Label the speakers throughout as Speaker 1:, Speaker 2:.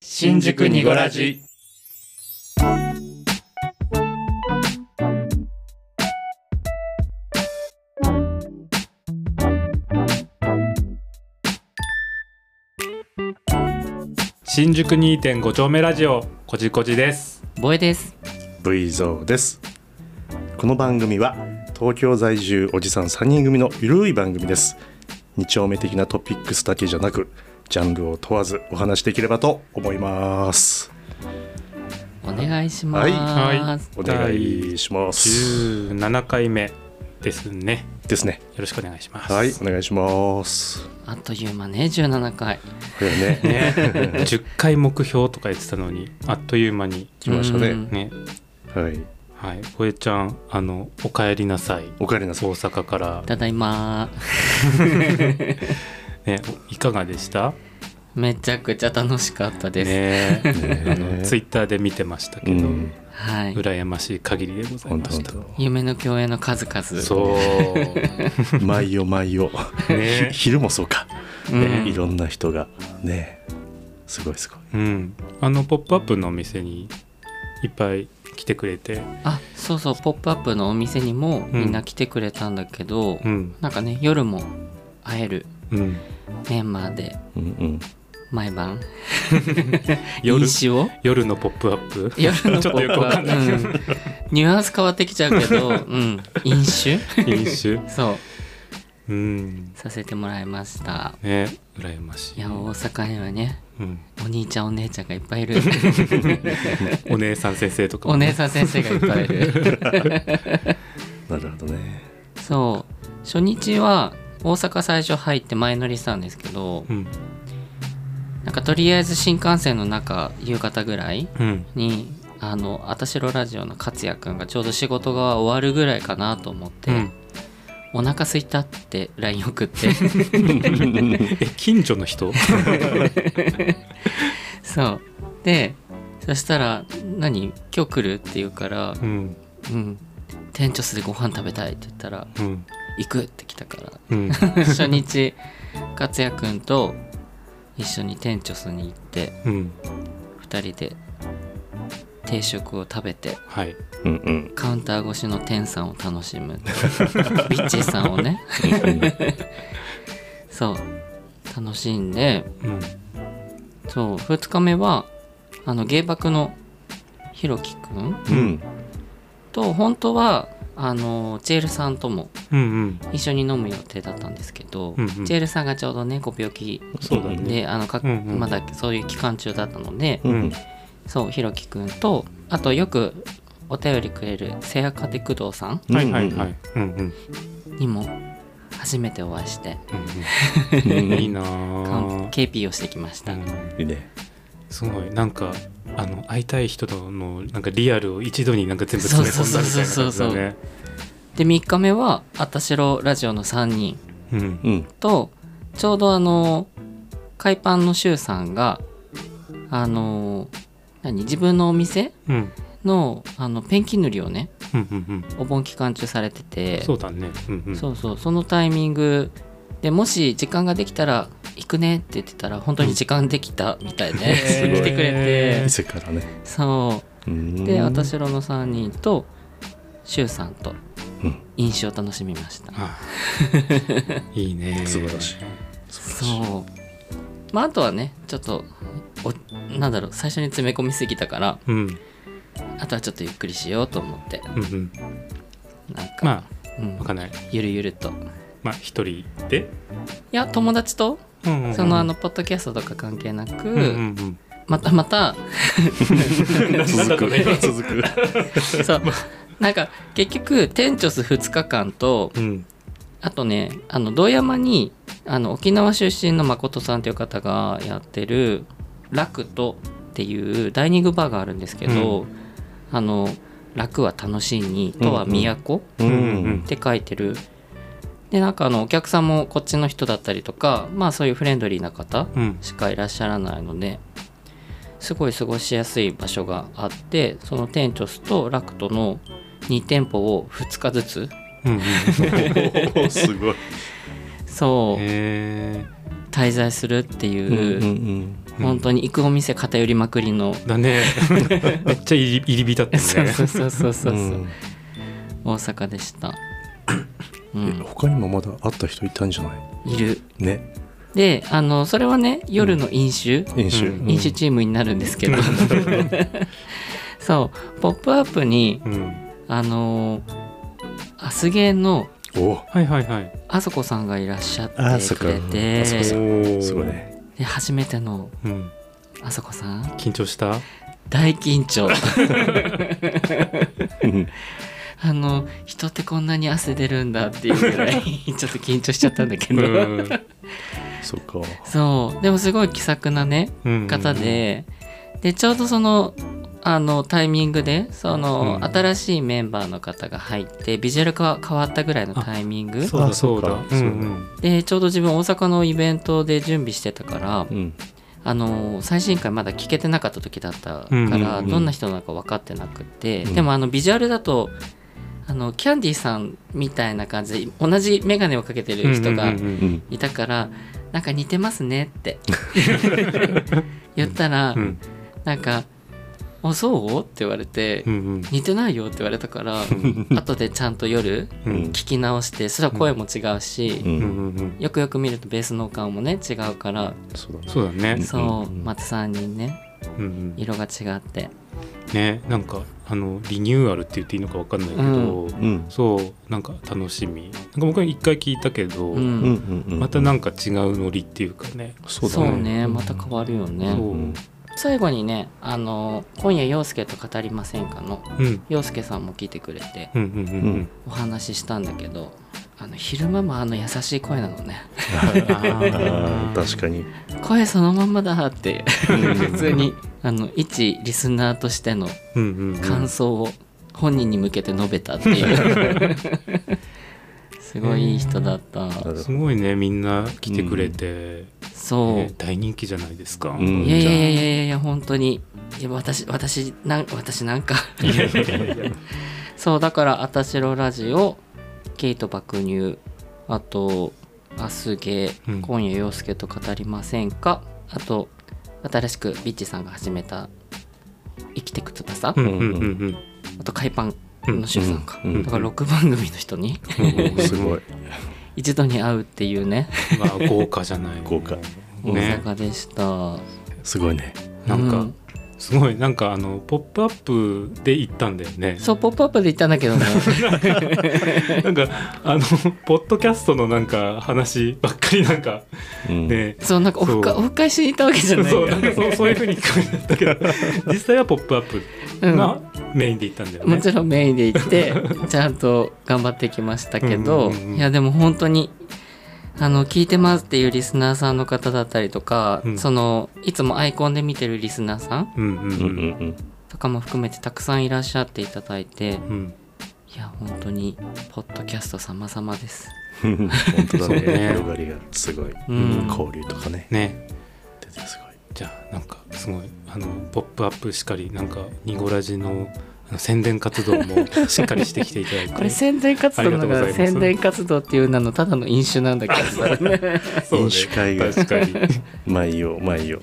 Speaker 1: 新宿にごらじ。新宿2.5丁目ラジオこじこじです。
Speaker 2: ボエです。
Speaker 3: V ゾーですこの番組は東京在住おじさん3人組のゆるい番組です二丁目的なトピックスだけじゃなくジャンルを問わずお話しできればと思います
Speaker 2: お願いします。
Speaker 3: はい
Speaker 1: はい
Speaker 3: お願いします
Speaker 1: 17回目ですね。
Speaker 3: ですね
Speaker 1: よろしくお願いします。
Speaker 3: はいお願いします
Speaker 2: あっという間ね、17回。
Speaker 3: これね
Speaker 1: ね、10回目標とか言ってたのにあっという間に
Speaker 3: 来ました
Speaker 2: うん
Speaker 1: ね
Speaker 3: ねはい
Speaker 1: はい小江ちゃんあの「おかえりなさい」
Speaker 3: お帰りなさ
Speaker 1: 大
Speaker 3: い
Speaker 1: 阪から、
Speaker 2: ただいま
Speaker 1: ね、いかがでした
Speaker 2: めちゃくちゃ楽しかったです。
Speaker 1: ねえあの
Speaker 3: ね
Speaker 1: ツイッターで見てましたけ
Speaker 3: う
Speaker 1: ど、
Speaker 3: ん
Speaker 2: はい。
Speaker 1: 羨ましい限りでござい
Speaker 3: 本
Speaker 1: ま
Speaker 3: 当
Speaker 1: し
Speaker 3: 本
Speaker 1: た
Speaker 2: 夢の共演の数々。
Speaker 1: そう
Speaker 3: 当毎夜毎夜
Speaker 1: ね
Speaker 3: 昼もそうか、
Speaker 2: うん
Speaker 3: いろんな人がねすごいすごい
Speaker 1: うんあの「ポップアップのお店にいっぱい来てくれて
Speaker 2: あ、そうそう、ポップアップのお店にも
Speaker 1: ん
Speaker 2: みんな来てくれたんだけど、
Speaker 1: うん
Speaker 2: なんかね、夜も会える
Speaker 1: うん
Speaker 2: メンバーで
Speaker 3: うんうん
Speaker 2: 毎晩、
Speaker 1: 夜
Speaker 2: 飲酒を
Speaker 1: 夜の「ポップアップ
Speaker 2: 夜 の
Speaker 1: ちょっとよくわかんない
Speaker 2: ポップアップうんニュアンス変わってきちゃうけど、うん、飲酒
Speaker 1: 飲酒
Speaker 2: そ
Speaker 1: う
Speaker 2: う、
Speaker 1: ん
Speaker 2: させてもらいました。
Speaker 1: ね羨まし
Speaker 2: い
Speaker 1: い
Speaker 2: や、大阪にはね、
Speaker 1: うん、
Speaker 2: お兄ちゃんお姉ちゃんがいっぱいいる
Speaker 1: お姉さん先生とか
Speaker 2: お
Speaker 1: もね
Speaker 2: 姉さん先生がいっぱいいる
Speaker 3: なるほどね
Speaker 2: そう初日は大阪最初入って前乗りしたんですけど
Speaker 1: うん
Speaker 2: なんかとりあえず新幹線の中夕方ぐらい
Speaker 1: うん
Speaker 2: にあのあたしろラジオの勝也くんがちょうど仕事が終わるぐらいかなと思って、
Speaker 1: うん
Speaker 2: お腹空いたって LINE 送っ て
Speaker 1: え近所の人
Speaker 2: そうでそしたら「何今日来る?」って言うから
Speaker 1: うん
Speaker 2: 「うん店長すでご飯食べたい」って言ったら
Speaker 1: うん
Speaker 2: 「行く」って来たから
Speaker 1: うん
Speaker 2: 初日勝也くんと一緒に店長スに行って
Speaker 1: うん
Speaker 2: 2人で定食を食べて
Speaker 1: はい
Speaker 3: うんうん
Speaker 2: カウンター越しの天さんを楽し むビッチーさんをね そう楽しんで
Speaker 1: うん
Speaker 2: そう2日目はあの芸博のひろきくん
Speaker 3: うん
Speaker 2: と本当はあのチエルさんとも
Speaker 1: うんうん
Speaker 2: 一緒に飲む予定だったんですけど、
Speaker 1: うんうん
Speaker 2: チエルさんがちょうどねご病気
Speaker 1: そうだね
Speaker 2: であのか、
Speaker 1: うんうん
Speaker 2: まだそういう期間中だったので、
Speaker 3: うん
Speaker 1: うん
Speaker 2: そうひろきくんとあとよくお便りくれるセアカテ工藤さん
Speaker 1: はいはいはいうんうん
Speaker 2: にも初めてお会いして
Speaker 3: うん
Speaker 1: うんいい
Speaker 3: な。
Speaker 1: なぁ
Speaker 2: KP をしてきました、
Speaker 1: うん
Speaker 3: いいね。
Speaker 1: すごいなんかあの会いたい人とのなんかリアルを一度になんか全部詰め込んだみたいな感じだね
Speaker 2: で3日目はあたしろラジオの3人
Speaker 1: うん
Speaker 3: うん。
Speaker 2: とちょうどあの海パンのシュウさんがあの何自分のお店
Speaker 1: うん
Speaker 2: のあのペンキ塗りをね
Speaker 1: うんうん
Speaker 2: お盆期間中されてて
Speaker 1: うんそうだねうんうん
Speaker 2: そうそうそのタイミングでもし時間ができたら行くねって言ってたら本当に時間できたみたいで、
Speaker 1: すごい
Speaker 2: 来てくれて
Speaker 3: 伊勢からね。
Speaker 2: そううんで私らの3人と柊さんと
Speaker 3: うん
Speaker 2: 飲酒を楽しみました、
Speaker 1: あいいね
Speaker 3: 素晴らしい
Speaker 2: そうまああとはねちょっとおなんだろう最初に詰め込みすぎたから
Speaker 1: うんうん
Speaker 2: あとはちょっとゆっくりしようと思って
Speaker 1: うん
Speaker 2: なんか、
Speaker 1: ま
Speaker 2: う
Speaker 1: あ
Speaker 2: ん
Speaker 1: わかんない
Speaker 2: ゆるゆるとい
Speaker 1: まあ一人で
Speaker 2: や友達と
Speaker 1: うんうんうん
Speaker 2: そのあのポッドキャストとか関係なく、
Speaker 1: うんうん
Speaker 2: またまた
Speaker 1: うん
Speaker 3: 続く
Speaker 1: なんだろうね
Speaker 3: 続く。
Speaker 2: そうなんか結局テンチョス2日間と
Speaker 1: うん
Speaker 2: あとねあの堂山にあの沖縄出身の誠さんという方がやってるラクトっていうダイニングバーがあるんですけど、あの楽は楽しいにとは都、
Speaker 1: う
Speaker 3: う
Speaker 1: んうん
Speaker 3: ん
Speaker 2: って書いてるでなんかあのお客さんもこっちの人だったりとかまあそういうフレンドリーな方
Speaker 1: うん
Speaker 2: しかいらっしゃらないのですごい過ごしやすい場所があってその店長スとラクトの2店舗を2日ずつ
Speaker 1: うんうん
Speaker 3: おお すごい。
Speaker 2: そう
Speaker 1: へえ
Speaker 2: 滞在するっていうう、
Speaker 3: ん
Speaker 1: うん
Speaker 2: 本当に行くお店偏りまくりの、
Speaker 1: だね めっちゃ入り入り浸って
Speaker 2: そ
Speaker 1: る
Speaker 2: う
Speaker 1: ね
Speaker 2: そうそうそうそう、
Speaker 3: うん
Speaker 2: 大阪でした、う
Speaker 3: え
Speaker 2: ん、
Speaker 3: 他にもまだ会った人いたんじゃない
Speaker 2: いる
Speaker 3: ね
Speaker 2: であのそれはね夜の飲酒、
Speaker 3: 飲酒、
Speaker 1: うん
Speaker 3: うん
Speaker 2: 飲酒チームになるんですけどそう「ポップアップに
Speaker 1: うん
Speaker 2: あのーアスゲーの
Speaker 3: お
Speaker 1: はいはいはい
Speaker 2: あそこさんがいらっしゃっ
Speaker 3: あ
Speaker 2: て
Speaker 3: そっ
Speaker 2: く
Speaker 3: か
Speaker 2: れて
Speaker 3: あそこさん
Speaker 1: おお
Speaker 3: すごい、ね
Speaker 2: で初めての
Speaker 1: うん、
Speaker 2: あそこさん
Speaker 1: 緊張した
Speaker 2: 大緊張
Speaker 3: うん
Speaker 2: あの人ってこんなに汗出るんだっていうぐらいちょっと緊張しちゃったんだけ
Speaker 1: う
Speaker 2: ど、
Speaker 1: ん
Speaker 3: そうか
Speaker 2: そうでもすごい気さくなね
Speaker 1: うん
Speaker 2: 方で、でちょうどそのあのタイミングでその、
Speaker 1: うん
Speaker 2: 新しいメンバーの方が入ってビジュアルが変わったぐらいのタイミング
Speaker 1: そうだ
Speaker 3: あそ
Speaker 1: そうう
Speaker 3: か
Speaker 1: だ
Speaker 3: そうだ
Speaker 1: ん
Speaker 2: でちょうど自分大阪のイベントで準備してたから、
Speaker 3: うん
Speaker 2: あの最新回まだ聞けてなかった時だったか
Speaker 1: う
Speaker 2: ら、
Speaker 1: んうん
Speaker 3: うん
Speaker 2: どんな人なのか分かってなくて、
Speaker 3: うん
Speaker 2: でもあのビジュアルだとあのキャンディーさんみたいな感じで同じ眼鏡をかけて
Speaker 1: うん
Speaker 2: る人
Speaker 1: う
Speaker 2: が
Speaker 1: んうんう
Speaker 3: うんん
Speaker 2: いたから、なんか似てますねって 言ったら、
Speaker 1: うん
Speaker 2: なんか「あそう?」って言われて
Speaker 1: うんうん
Speaker 2: 「似てないよ」って言われたから
Speaker 1: ん
Speaker 2: 後でちゃんと夜
Speaker 1: うん
Speaker 3: うん
Speaker 2: 聞き直してそれは声も違うし、
Speaker 3: う
Speaker 1: うんんうん
Speaker 2: よくよく見るとベースの感もね違うから
Speaker 3: そうだね
Speaker 1: そうだね
Speaker 2: そう
Speaker 3: うん
Speaker 2: また3人ね
Speaker 1: うんうん
Speaker 2: 色が違って
Speaker 1: ねなんかあのリニューアルって言っていいのかわかんないけど、
Speaker 3: うん
Speaker 1: そうなんか楽しみなんか僕は一回聞いたけど、
Speaker 2: う、
Speaker 3: うんんうんうん
Speaker 1: またなんか違うノリっていうかね、
Speaker 3: そう
Speaker 2: そう
Speaker 3: だ
Speaker 2: ね
Speaker 3: ね
Speaker 2: また変わるよね、
Speaker 1: そう
Speaker 3: うん
Speaker 2: 最後にねあの「今夜陽介と語りませんかの」
Speaker 1: うん、
Speaker 2: 陽介さんも来てくれて
Speaker 1: うんうんうんうん
Speaker 2: お話ししたんだけどあの昼間もあの優しい声なのね
Speaker 3: あー 確かに
Speaker 2: 声そのまんまだって普 通に あの一リスナーとしての
Speaker 1: うんうんうん
Speaker 2: 感想を本人に向けて述べたっていうすごいいい人だった
Speaker 3: なる
Speaker 1: す
Speaker 3: ほ
Speaker 1: ごいねみんな来てくれて、
Speaker 2: そ
Speaker 1: ね
Speaker 2: う
Speaker 1: 大人気じゃないですか、
Speaker 3: うん
Speaker 2: いやいやいやいやいや本当にいや私私なん私なんかそうだから「あたしろラジオ」「ケイト爆乳」あと「明日ゲー」
Speaker 1: うん
Speaker 2: 今夜陽介と語りませんか」あと新しくビッチさんが始めた「生きてく翼」
Speaker 1: うんうんうんうん
Speaker 2: あと「海パン」の主さんか、
Speaker 3: うんうん
Speaker 2: だから6番組の人に
Speaker 3: どすごい
Speaker 2: 一度に会うっていうね
Speaker 1: まあ豪華じゃない
Speaker 3: 豪華
Speaker 2: 大
Speaker 1: ね
Speaker 2: 阪でした、
Speaker 3: すごいね
Speaker 1: なんか、
Speaker 2: うん
Speaker 1: すごいなんかあの「ポップアップで行ったんだよね
Speaker 2: そう「ポップアップで言ったんだ けどね
Speaker 1: なんかあのポッドキャストのなんか話ばっかりなんか
Speaker 3: うん
Speaker 1: ね、
Speaker 2: そうなんかオフ会
Speaker 1: そ
Speaker 2: オフ会しに行ったわけじゃない
Speaker 1: そ
Speaker 2: よ
Speaker 1: うなんかそうそういうふうに聞こえたけど実際は「ポップアップ
Speaker 2: うん
Speaker 1: がメインで行ったんだよね。
Speaker 2: もちろんメインで行って ちゃんと頑張ってきましたけど、
Speaker 1: うんうんうん
Speaker 2: いやでも本当にあの聞いてますっていうリスナーさんの方だったりとか、
Speaker 1: うん
Speaker 2: そのいつもアイコンで見てるリスナーさん
Speaker 1: うんうん
Speaker 3: うんうんうん
Speaker 2: とかも含めてたくさんいらっしゃっていただい
Speaker 1: う
Speaker 2: て
Speaker 1: んうん
Speaker 2: いや本当にポッドキャスト様々です
Speaker 3: うん本当だね
Speaker 1: そうね
Speaker 3: 広がりがすごい、
Speaker 2: ん
Speaker 3: 交流とかね
Speaker 1: ね
Speaker 3: 出てす
Speaker 1: じゃあなんかすごい「あのポップアップしかりなんか「ニゴラジの」あの宣伝活動 もしっかりしてきていただいて
Speaker 2: これ宣伝活動
Speaker 1: あ
Speaker 2: の
Speaker 1: りがとうござ
Speaker 2: が
Speaker 1: います
Speaker 2: 宣伝活動っていう名のただの飲酒なんだけど さ
Speaker 1: そうね
Speaker 3: 飲酒会が
Speaker 1: 確かに
Speaker 3: ごいまあいいよまあいいよ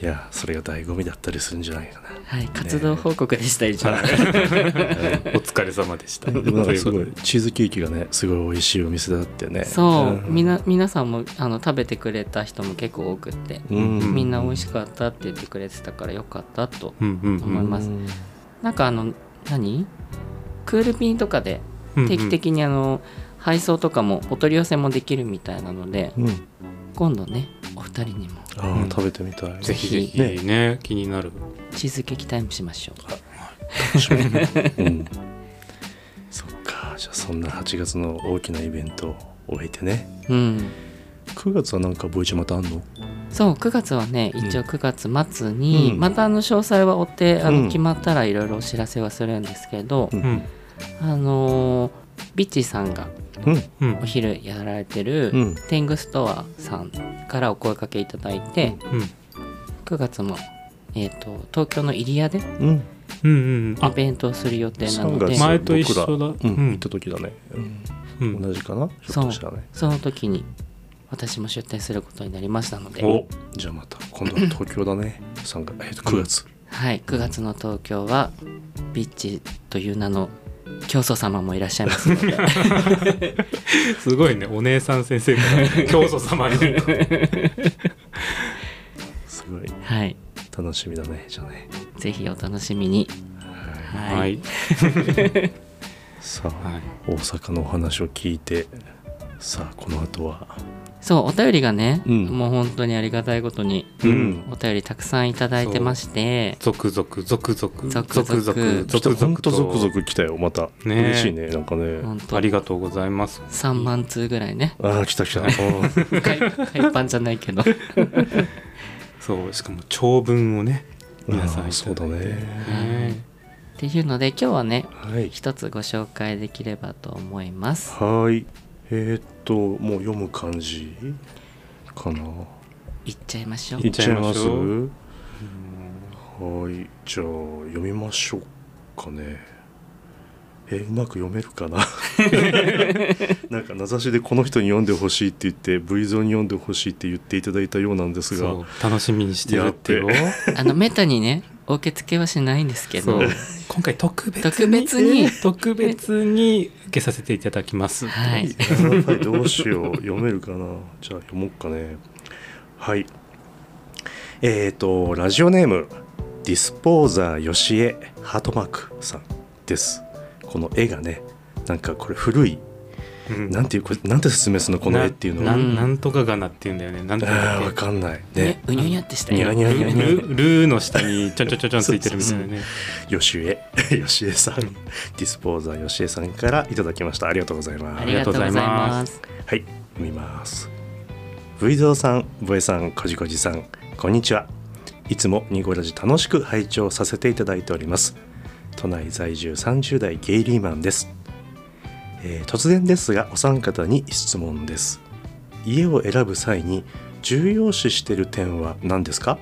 Speaker 3: いやそれが醍醐味だったりするんじゃないか
Speaker 2: は
Speaker 3: な
Speaker 2: い活動報告でした以上、
Speaker 1: お疲れ様でした。
Speaker 3: でもなん
Speaker 1: と
Speaker 3: か
Speaker 1: いう
Speaker 3: す
Speaker 1: こ
Speaker 3: ご
Speaker 1: と
Speaker 3: い
Speaker 1: で
Speaker 3: チーズケーキがねすごい美味しいお店だってね
Speaker 2: そう、
Speaker 3: ん
Speaker 2: みな皆さんもあの食べてくれた人も結構多くって、
Speaker 3: うん
Speaker 2: みんな美味しかったって言ってくれてたからよかったと
Speaker 1: うんうん
Speaker 2: 思います
Speaker 3: うん
Speaker 2: なんかあの何クールピンとかで
Speaker 1: うん
Speaker 2: 定期的にあの、配送とかもお取り寄せもできるみたいなので
Speaker 3: うん
Speaker 2: 今度ねお二人にも
Speaker 3: あー食べてみたい
Speaker 1: ぜひぜひね気になる。
Speaker 2: チーズケーキタイムしましょう
Speaker 3: うんそっかじゃあそんな8月の大きなイベントを終えてね
Speaker 2: うん
Speaker 3: 9月はなんかボイチまたあんの
Speaker 2: そう9月はね一応
Speaker 3: うん
Speaker 2: 9月末に、
Speaker 3: うん
Speaker 2: またあの詳細は追ってあ
Speaker 3: うん
Speaker 2: の決まったらいろいろお知らせはするんですけど、
Speaker 3: う
Speaker 1: うん
Speaker 2: あのービッチーさんが
Speaker 3: うん
Speaker 1: うん
Speaker 2: お昼やられてる、
Speaker 3: うん
Speaker 2: テングストアさんからお声かけいただいて、
Speaker 1: うん
Speaker 2: 9月も、えー、と東京の入谷で
Speaker 3: うん
Speaker 1: うんうん
Speaker 2: イ
Speaker 1: あ
Speaker 2: ベントをする予定なの
Speaker 3: 3
Speaker 2: で
Speaker 3: 月
Speaker 1: 前と一緒だ
Speaker 3: 僕らうん
Speaker 1: うん
Speaker 3: 行った時だねうん
Speaker 1: うん
Speaker 3: 同じかなひょっ
Speaker 2: そう
Speaker 3: としたらね
Speaker 2: その時に私も出店することになりましたので、
Speaker 3: おじゃあまた今度は東京だね三月、えっと9月
Speaker 2: はい、9月の東京はビッチという名の教祖様もいらっしゃいますので
Speaker 1: すごいねお姉さん先生 から教祖様に
Speaker 3: すごい
Speaker 2: はい
Speaker 3: 楽しみだねじゃあね
Speaker 2: ぜひお楽しみにはい、
Speaker 1: はい、
Speaker 3: さあ、
Speaker 1: はい、
Speaker 3: 大阪のお話を聞いてさあこの後は
Speaker 2: そうお便りがね、
Speaker 3: うん
Speaker 2: もう本当にありがたいことに
Speaker 3: うん
Speaker 2: お便りたくさんいただいてまして
Speaker 1: 続々続々続々
Speaker 2: 続々
Speaker 3: ちょっとほんと
Speaker 1: と
Speaker 3: 続々来たよまた、
Speaker 1: ねえ
Speaker 3: 嬉しいねなんかね
Speaker 2: 本当
Speaker 1: ありがとうございます
Speaker 2: 3万通ぐらい ね
Speaker 3: ああ来た来たおー
Speaker 2: 海海パンじゃないけど
Speaker 1: そうしかも長文をね 皆さ
Speaker 3: あ
Speaker 1: ん
Speaker 3: ー
Speaker 1: い
Speaker 3: そ
Speaker 1: た
Speaker 3: うだ
Speaker 1: だいて
Speaker 3: ね
Speaker 1: ね
Speaker 2: っていうので今日はね
Speaker 3: はい
Speaker 2: 一つご紹介できればと思います
Speaker 3: はいえー、っともう読む感じかない
Speaker 2: っちゃいましょう
Speaker 1: いっちゃいましょう
Speaker 3: いっはいじゃあ読みましょうかねえーうまく読めるかな なんか名指しでこの人に読んでほしいって言って V ゾーンに読んでほしいって言っていただいたようなんです
Speaker 1: そ
Speaker 3: が
Speaker 1: う楽しみにしてるってよ
Speaker 2: あのメタにね受付はしないんですけ
Speaker 1: そ
Speaker 2: ど
Speaker 1: う今回特別に
Speaker 2: 特別に
Speaker 1: 特別に受けさせていただきます
Speaker 2: はい
Speaker 3: やばいどうしよう読めるかなじゃあ読もうかねはいえー、とラジオネームディスポーザーよしえハートマークさんですこの絵がねなんかこれ古い
Speaker 1: うん
Speaker 3: なんていうこれなんて説明するのこの絵っていうの
Speaker 1: な
Speaker 3: は
Speaker 1: なんなんとかがなっていうんだよねなんとかだ
Speaker 3: あ
Speaker 1: っ
Speaker 3: ーわ
Speaker 1: け
Speaker 3: かんないね
Speaker 2: ねうにゅうにゃってした
Speaker 3: にゃ
Speaker 2: よ
Speaker 3: にゃにゃにゃ
Speaker 1: ルルーの下にちょんちょんちょんちょんついてるみたいなね。
Speaker 3: よし えよしえさんディスポーザーよしえさんからいただきましたありがとうございます
Speaker 2: ありがとうございます
Speaker 3: はい、見ます。V ゾーさん、ボエさん、こじこじさん、こんにちは。いつもニゴラジ楽しく拝聴させていただいております。都内在住30代ゲイリーマンです。えー突然ですが、お三方に質問です。家を選ぶ際に重要視している点は何ですか、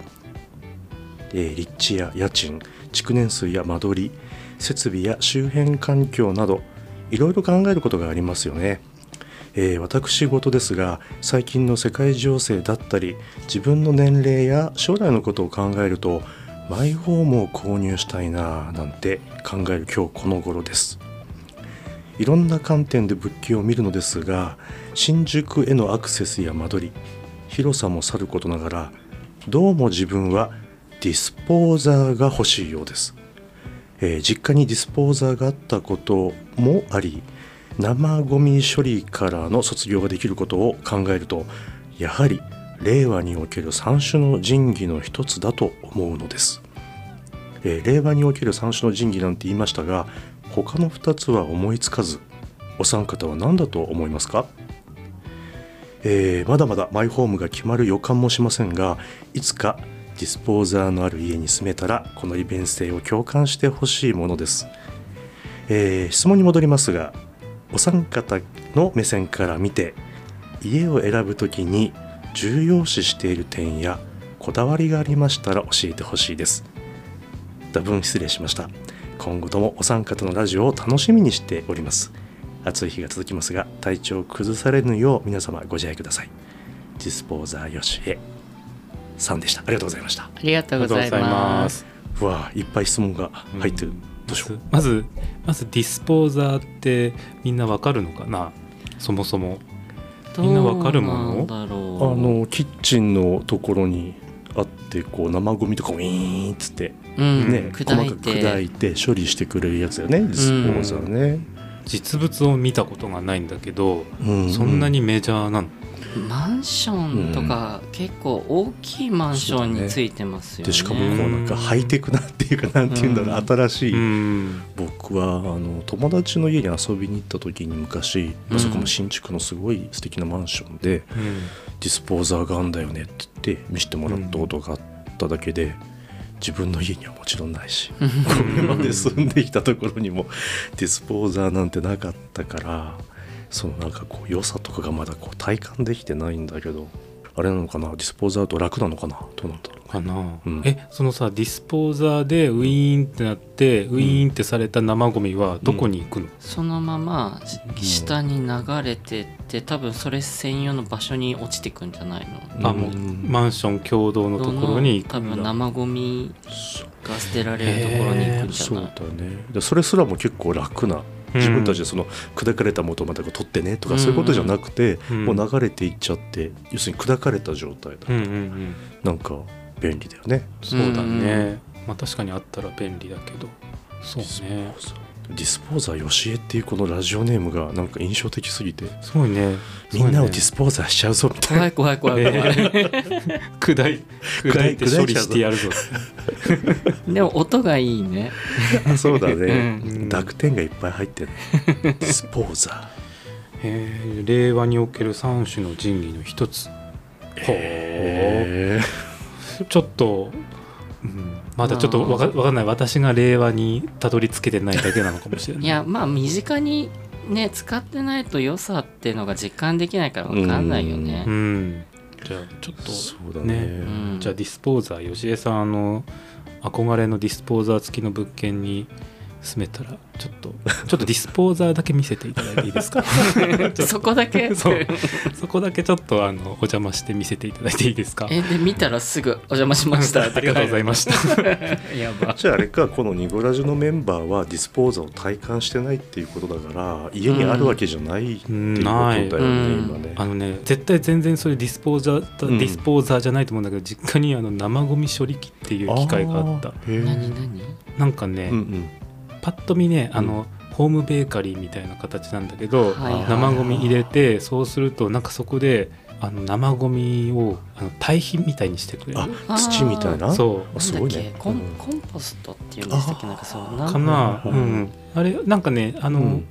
Speaker 3: えー立地や家賃、築年数や間取り、設備や周辺環境など、いろいろ考えることがありますよね。えー私事ですが最近の世界情勢だったり自分の年齢や将来のことを考えるとマイホームを購入したいなぁなんて考える今日この頃ですいろんな観点で物件を見るのですが新宿へのアクセスや間取り広さもさることながらどうも自分はディスポーザーが欲しいようですえー実家にディスポーザーがあったこともあり生ゴミ処理からの卒業ができることを考えるとやはり令和における三種の神器の一つだと思うのです、えー令和における三種の神器なんて言いましたが他の2つは思いつかずお三方は何だと思いますかえーまだまだマイホームが決まる予感もしませんがいつかディスポーザーのある家に住めたらこの利便性を共感してほしいものです、えー質問に戻りますがお三方の目線から見て家を選ぶ時に重要視している点やこだわりがありましたら教えてほしいです多分失礼しました今後ともお三方のラジオを楽しみにしております暑い日が続きますが体調を崩されぬよう皆様ご自愛くださいディスポーザーよしえさんでしたありがとうございました
Speaker 2: ありがとうござい
Speaker 1: ありがとうござい
Speaker 2: ま
Speaker 1: ますす
Speaker 3: うわあいっぱい質問が入ってる、どうしよう
Speaker 1: まずまずディスポーザーってみんなわかるのかなそもそもみんなわかるもの
Speaker 2: どうなんだろ
Speaker 3: あ
Speaker 2: う
Speaker 3: のキッチンのところにあってこう生ゴミとかウィーンっつって、
Speaker 2: うん
Speaker 3: ね細か
Speaker 2: 砕い
Speaker 3: く
Speaker 2: て
Speaker 3: 砕いて処理してくれるやつだよねディスポーザーね、
Speaker 1: 実物を見たことがないんだけど、
Speaker 3: うん
Speaker 1: そんなにメジャーなの
Speaker 2: マンションとか結構大きいマンションについてますよね。
Speaker 3: でしかも
Speaker 1: う
Speaker 3: こうなんかハイテクなっていうかなんていうんだろう、
Speaker 2: うん
Speaker 3: 新しい、
Speaker 1: うん
Speaker 3: 僕はあの友達の家に遊びに行った時に昔、
Speaker 2: うん
Speaker 3: あそこも新築のすごい素敵なマンションでディスポーザーがあんだよねって言って見せてもらったことがあっただけで、自分の家にはもちろんないし これまで住んできたところにも ディスポーザーなんてなかったからそのなんかこう良さとかがまだこう体感できてないんだけどあれなのかなディスポーザーと楽なのかなどうなんだろう
Speaker 1: かな、
Speaker 3: うん
Speaker 1: えそのさディスポーザーでウィーンってなって、ウィーンってされた生ゴミはどこに行くの、
Speaker 2: そのままし
Speaker 3: ん
Speaker 2: 下に流れてって多分それ専用の場所に落ちてくんじゃないの
Speaker 1: あもう
Speaker 3: うん
Speaker 1: マンション共同のところに行く
Speaker 2: 多
Speaker 1: んだ
Speaker 2: 分生ゴミ
Speaker 3: そう
Speaker 2: が捨てられるところに行くんじ
Speaker 3: そ
Speaker 2: ゃな
Speaker 3: う
Speaker 2: い
Speaker 3: だねでそれすらも結構楽な自分たちでその砕かれたものをまたこう取ってねとか、
Speaker 2: うん
Speaker 3: そういうことじゃなくて、
Speaker 1: うん
Speaker 3: もう流れていっちゃって要するに砕かれた状態だ、
Speaker 1: うんうんうん
Speaker 3: なんか便利だよね
Speaker 1: そうだね、まあ確かにあったら便利だけどそうね
Speaker 3: ディスポーザーよしえっていうこのラジオネームがなんか印象的すぎて、
Speaker 1: すごいね
Speaker 3: みんなをディスポーザーしちゃうぞみたいな
Speaker 2: 怖い怖い怖い怖い、
Speaker 1: 砕い砕いて処理してやるぞ
Speaker 2: でも音がいいね
Speaker 3: そうだね、
Speaker 1: うん
Speaker 3: 濁点がいっぱい入ってるディスポーザ
Speaker 1: えー令和における三種の神器の一つ
Speaker 3: ー
Speaker 1: ほ
Speaker 3: へ
Speaker 1: うちょっと、うん、まだちょっとわかわかんない私が令和にたどり着けてないだけなのかもしれない
Speaker 2: いやまあ身近にね使ってないと良さっていうのが実感できないから分かんないよね
Speaker 1: うんじゃあちょっ
Speaker 3: ー
Speaker 1: と
Speaker 3: そうだね
Speaker 2: うん
Speaker 1: じゃあディスポーザー吉江さんあの憧れのディスポーザー付きの物件に住めたらちょっ とちょっとディスポーザーだけ見せていただいていいですか
Speaker 2: そこだけ
Speaker 1: そうそこだけちょっとあのお邪魔して見せていただいていいですか
Speaker 2: えで見たらすぐお邪魔しましたって
Speaker 1: ありがとうございました
Speaker 2: すやば
Speaker 3: じゃああれかこのニゴラジのメンバーはディスポーザーを体感してないっていうことだから家にあるわけじゃないっていうことだよね、
Speaker 2: うん
Speaker 3: 今ね
Speaker 1: あのね絶対全然そういうディスポーザー、
Speaker 3: うん
Speaker 1: ディスポーザーじゃないと思うんだけど実家にあの生ゴミ処理機っていう機械があった
Speaker 3: ーへー
Speaker 2: 何何
Speaker 1: なんかね、
Speaker 3: うんうん
Speaker 1: パッと見ねあの、ホームベーカリーみたいな形なんだけど、
Speaker 2: はいはい
Speaker 1: 生ゴミ入れてそうするとなんかそこであの生ゴミをあの堆肥みたいにしてくれる
Speaker 3: あ土みたいな
Speaker 1: そ
Speaker 3: あ
Speaker 1: う
Speaker 3: す
Speaker 2: なんだ
Speaker 3: ご
Speaker 2: っ
Speaker 3: い
Speaker 2: け、
Speaker 3: ね
Speaker 2: コ
Speaker 3: う
Speaker 2: ン
Speaker 3: ん
Speaker 2: コンポストっていうんでしたっけなんかそうな
Speaker 1: かな、
Speaker 3: う
Speaker 1: うんんあれなんかねあの、
Speaker 3: うん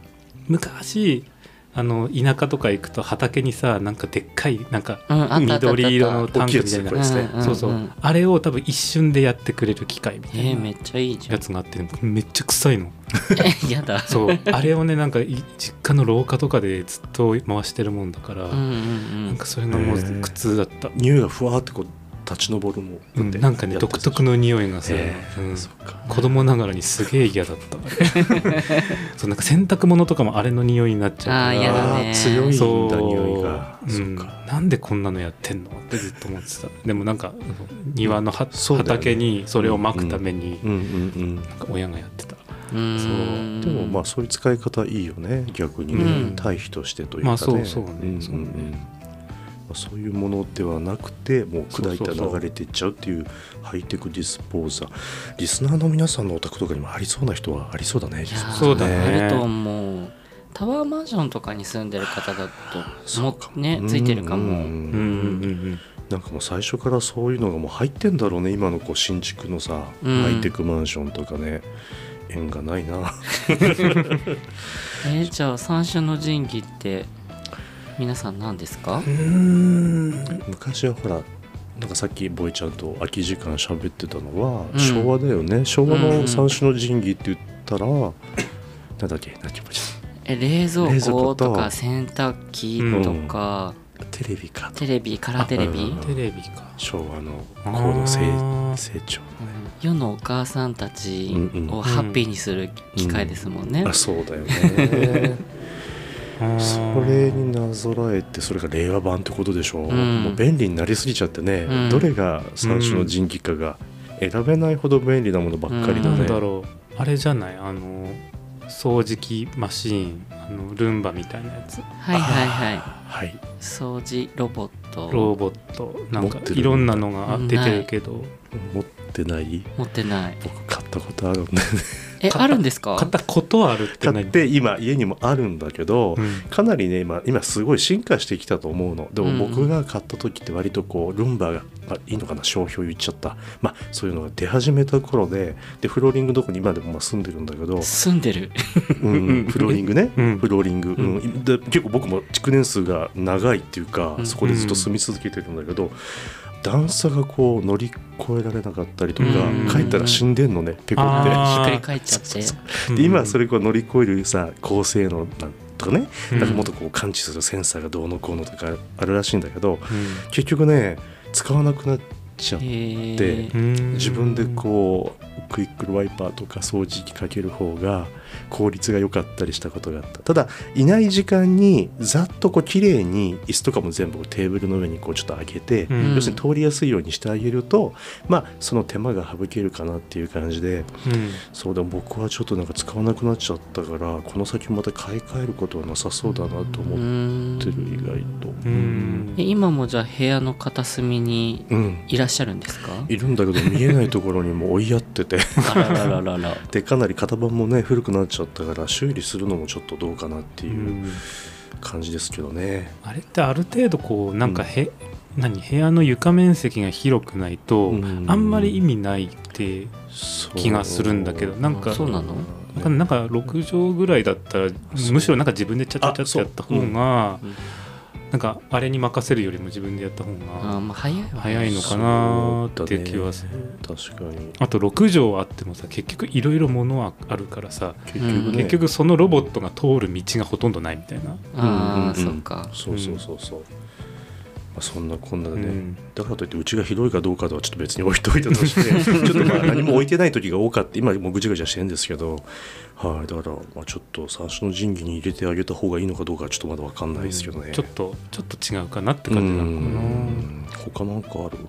Speaker 1: 昔あの田舎とか行くと畑にさなんかでっかいなんか
Speaker 2: うんあったあったあった
Speaker 1: 緑色のタンクみたいな、
Speaker 3: 大きいやつ
Speaker 2: うんうんん
Speaker 1: そうそう、あれを多分一瞬でやってくれる機械みた
Speaker 2: え
Speaker 1: い
Speaker 2: ー、
Speaker 1: な
Speaker 2: めっちゃいいじゃ
Speaker 1: や
Speaker 2: ん
Speaker 1: つがあってめっちゃ臭いの
Speaker 2: え やだ
Speaker 1: そうあれをねなんかい実家の廊下とかでずっと回してるもんだから、
Speaker 2: うんうんう
Speaker 1: なん
Speaker 2: ん
Speaker 1: かそれがもう
Speaker 3: へー
Speaker 1: 苦痛だった、
Speaker 3: 匂いがふわーってこう立ち上るも
Speaker 1: うんなんかね独特の匂いがさ、
Speaker 3: へ
Speaker 1: うん
Speaker 3: そっか
Speaker 1: 子供ながらにすげえ嫌だった そうなんか洗濯物とかもあれの匂いになっちゃうから
Speaker 2: あー嫌だね
Speaker 3: あー強い
Speaker 1: そ
Speaker 3: ん
Speaker 1: う
Speaker 3: だ匂いが
Speaker 1: う
Speaker 3: そっ
Speaker 1: ん、
Speaker 3: か
Speaker 1: なんでこんなのやってんのってずっと思ってたでもなんか庭のは、
Speaker 3: そうだよね
Speaker 1: 畑にそれをまくために
Speaker 3: うんうん
Speaker 1: なんか親がやってた、
Speaker 2: うん
Speaker 3: うんでもまあそういう使い方いいよね逆にね、
Speaker 2: うん
Speaker 3: 対比としてというかね、
Speaker 1: まあそうそうね
Speaker 3: んんん
Speaker 1: そうね
Speaker 3: まあそういうものではなくてもう砕い
Speaker 1: そ
Speaker 3: た
Speaker 1: うそうそう
Speaker 3: 流れていっちゃうっていうハイテクディスポーザーリスナーの皆さんのお宅とかにもありそうな人はありそうだね
Speaker 2: いやー
Speaker 1: そうだね
Speaker 2: あると思うタワーマンションとかに住んでる方だともねついてるかも、
Speaker 3: うん
Speaker 1: うんうんうん
Speaker 3: なんかもう最初からそういうのがもう入ってんだろうね今のこう新築のさ、
Speaker 2: うん
Speaker 3: ハイテクマンションとかね縁がないな
Speaker 2: えーじゃあ三種の神器って皆さん何ですか
Speaker 1: うん
Speaker 3: 昔はほらなんかさっきボイちゃんと空き時間喋ってたのは、
Speaker 2: うん
Speaker 3: 昭和だよね昭和
Speaker 2: うんう
Speaker 3: の
Speaker 2: ん
Speaker 3: 三種の神器って言ったら、なんだっけなんだっけボイち
Speaker 2: え冷蔵
Speaker 3: 冷蔵庫
Speaker 2: 庫
Speaker 3: と
Speaker 2: とか洗濯機とか、
Speaker 3: ゃんテレビか
Speaker 2: テレビカラーテレビ、
Speaker 3: うん
Speaker 1: テレビか
Speaker 3: 昭和の
Speaker 1: あ
Speaker 3: 高
Speaker 1: ー
Speaker 3: 度成成長
Speaker 2: 世のお母さんたちをハッピーにする機会ですもんね。
Speaker 3: あそうだよね それになぞらえてそれが令和版ってことでしょ
Speaker 2: う
Speaker 3: う、
Speaker 2: ん
Speaker 3: もう便利になりすぎちゃってね、
Speaker 2: うん
Speaker 3: どれが三種の神器かが選べないほど便利なものばっかりだ
Speaker 1: な
Speaker 3: ね、
Speaker 1: んだろうあれじゃないあの掃除機マシーンあのルンバみたいなやつ
Speaker 2: はいはいはい。
Speaker 3: はい
Speaker 2: 掃除ロボット
Speaker 1: ロボットなんか
Speaker 3: 持ってる
Speaker 1: いろんなのが出てるけど
Speaker 3: 持ってない
Speaker 2: 持ってない。
Speaker 3: 僕買ったことあるんだよね
Speaker 2: え、あるんですか
Speaker 1: 買ったことはあるって
Speaker 3: 買
Speaker 1: 何
Speaker 3: って今家にもあるんだけど、
Speaker 1: うん
Speaker 3: かなりね今今すごい進化してきたと思うので
Speaker 2: うん
Speaker 3: も僕が買った時って割とこうルンバが、まあ、いいのかな商標言っちゃった、まあ、そういうのが出始めた頃ででフローリングどこに今でもまあ住んでるんだけど、
Speaker 2: 住んでる。
Speaker 3: うん、フローリングね、
Speaker 1: うん
Speaker 3: フローリング、うん
Speaker 1: う
Speaker 3: で結構僕も築年数が長いっていうか、
Speaker 2: うん
Speaker 3: そこでずっと住み続けてるんだけど、段差がこう乗り越えられなかったりとか、
Speaker 1: うん
Speaker 3: 帰ったら死んでんのねペコって
Speaker 1: あー
Speaker 2: ひっくり返っちゃって。
Speaker 3: で今そ
Speaker 1: れ
Speaker 3: れこう乗り越えるさ高性能なんとかね、
Speaker 1: うん
Speaker 3: なんかもっとこう感知するセンサーがどうのこうのとかあるらしいんだけど結局ね使わなくなっちゃう
Speaker 2: へー
Speaker 3: で
Speaker 1: うん
Speaker 3: 自分でこうクイックルワイパーとか掃除機かける方が効率が良かったりしたことがあったただいない時間にざっとこう綺麗に椅子とかも全部テーブルの上にこうちょっと上げて、
Speaker 1: うん
Speaker 3: 要するに通りやすいようにしてあげるとまあその手間が省けるかなっていう感じ
Speaker 1: う
Speaker 3: で
Speaker 1: ん
Speaker 3: そうでも僕はちょっとなんか使わなくなっちゃったからこの先また買い替えることはなさそうだなと
Speaker 2: う
Speaker 3: 思
Speaker 2: ん
Speaker 3: ってる意外と
Speaker 1: う、ん
Speaker 2: え今もじゃあ部屋の片隅に
Speaker 3: うん、
Speaker 2: いらっしゃるんですか
Speaker 3: いるんだけど見えないところにもう追いやってて
Speaker 2: あらららららら
Speaker 3: でかなり型番もね古くなっちゃったから修理するのもちょっとどうかなっていう感じですけどね、
Speaker 1: あれってある程度こうなんかへ、何部屋の床面積が広くないと、
Speaker 3: うん
Speaker 1: あんまり意味ないって
Speaker 3: そう
Speaker 1: 気がするんだけどなんか
Speaker 2: あそうなの
Speaker 1: なんかなんか6畳ぐらいだったら
Speaker 3: そう
Speaker 1: むしろなんか自分でちゃちゃちゃってやった方が
Speaker 2: あ、そううん
Speaker 1: なんかあれに任せるよりも自分でやった方
Speaker 2: あー
Speaker 1: が
Speaker 2: まあ早いわね
Speaker 1: 早いのかなーって気はする、
Speaker 3: 確かに
Speaker 1: あと6畳あってもさ結局いろいろものはあるからさ
Speaker 3: 結局ね
Speaker 1: 結局そのロボットが通る道がほとんどないみたいな、
Speaker 2: あー
Speaker 3: うんうんうん
Speaker 2: そっか
Speaker 3: そうそうそうそう、まあ、そんなこんなでね、
Speaker 1: うん
Speaker 3: だからといってうちがひどいかどうかとはちょっと別に置いといたとしてちょっ とまあ何も置いてない時が多かった今もうぐちゃぐちゃしてるんですけどはいだからまあちょっと最初の仁義に入れてあげた方がいいのかどうかはちょっとまだ分かんないですけどね、
Speaker 1: ちょっとちょっと違うかなって感じなのかな、
Speaker 3: うん他なんかある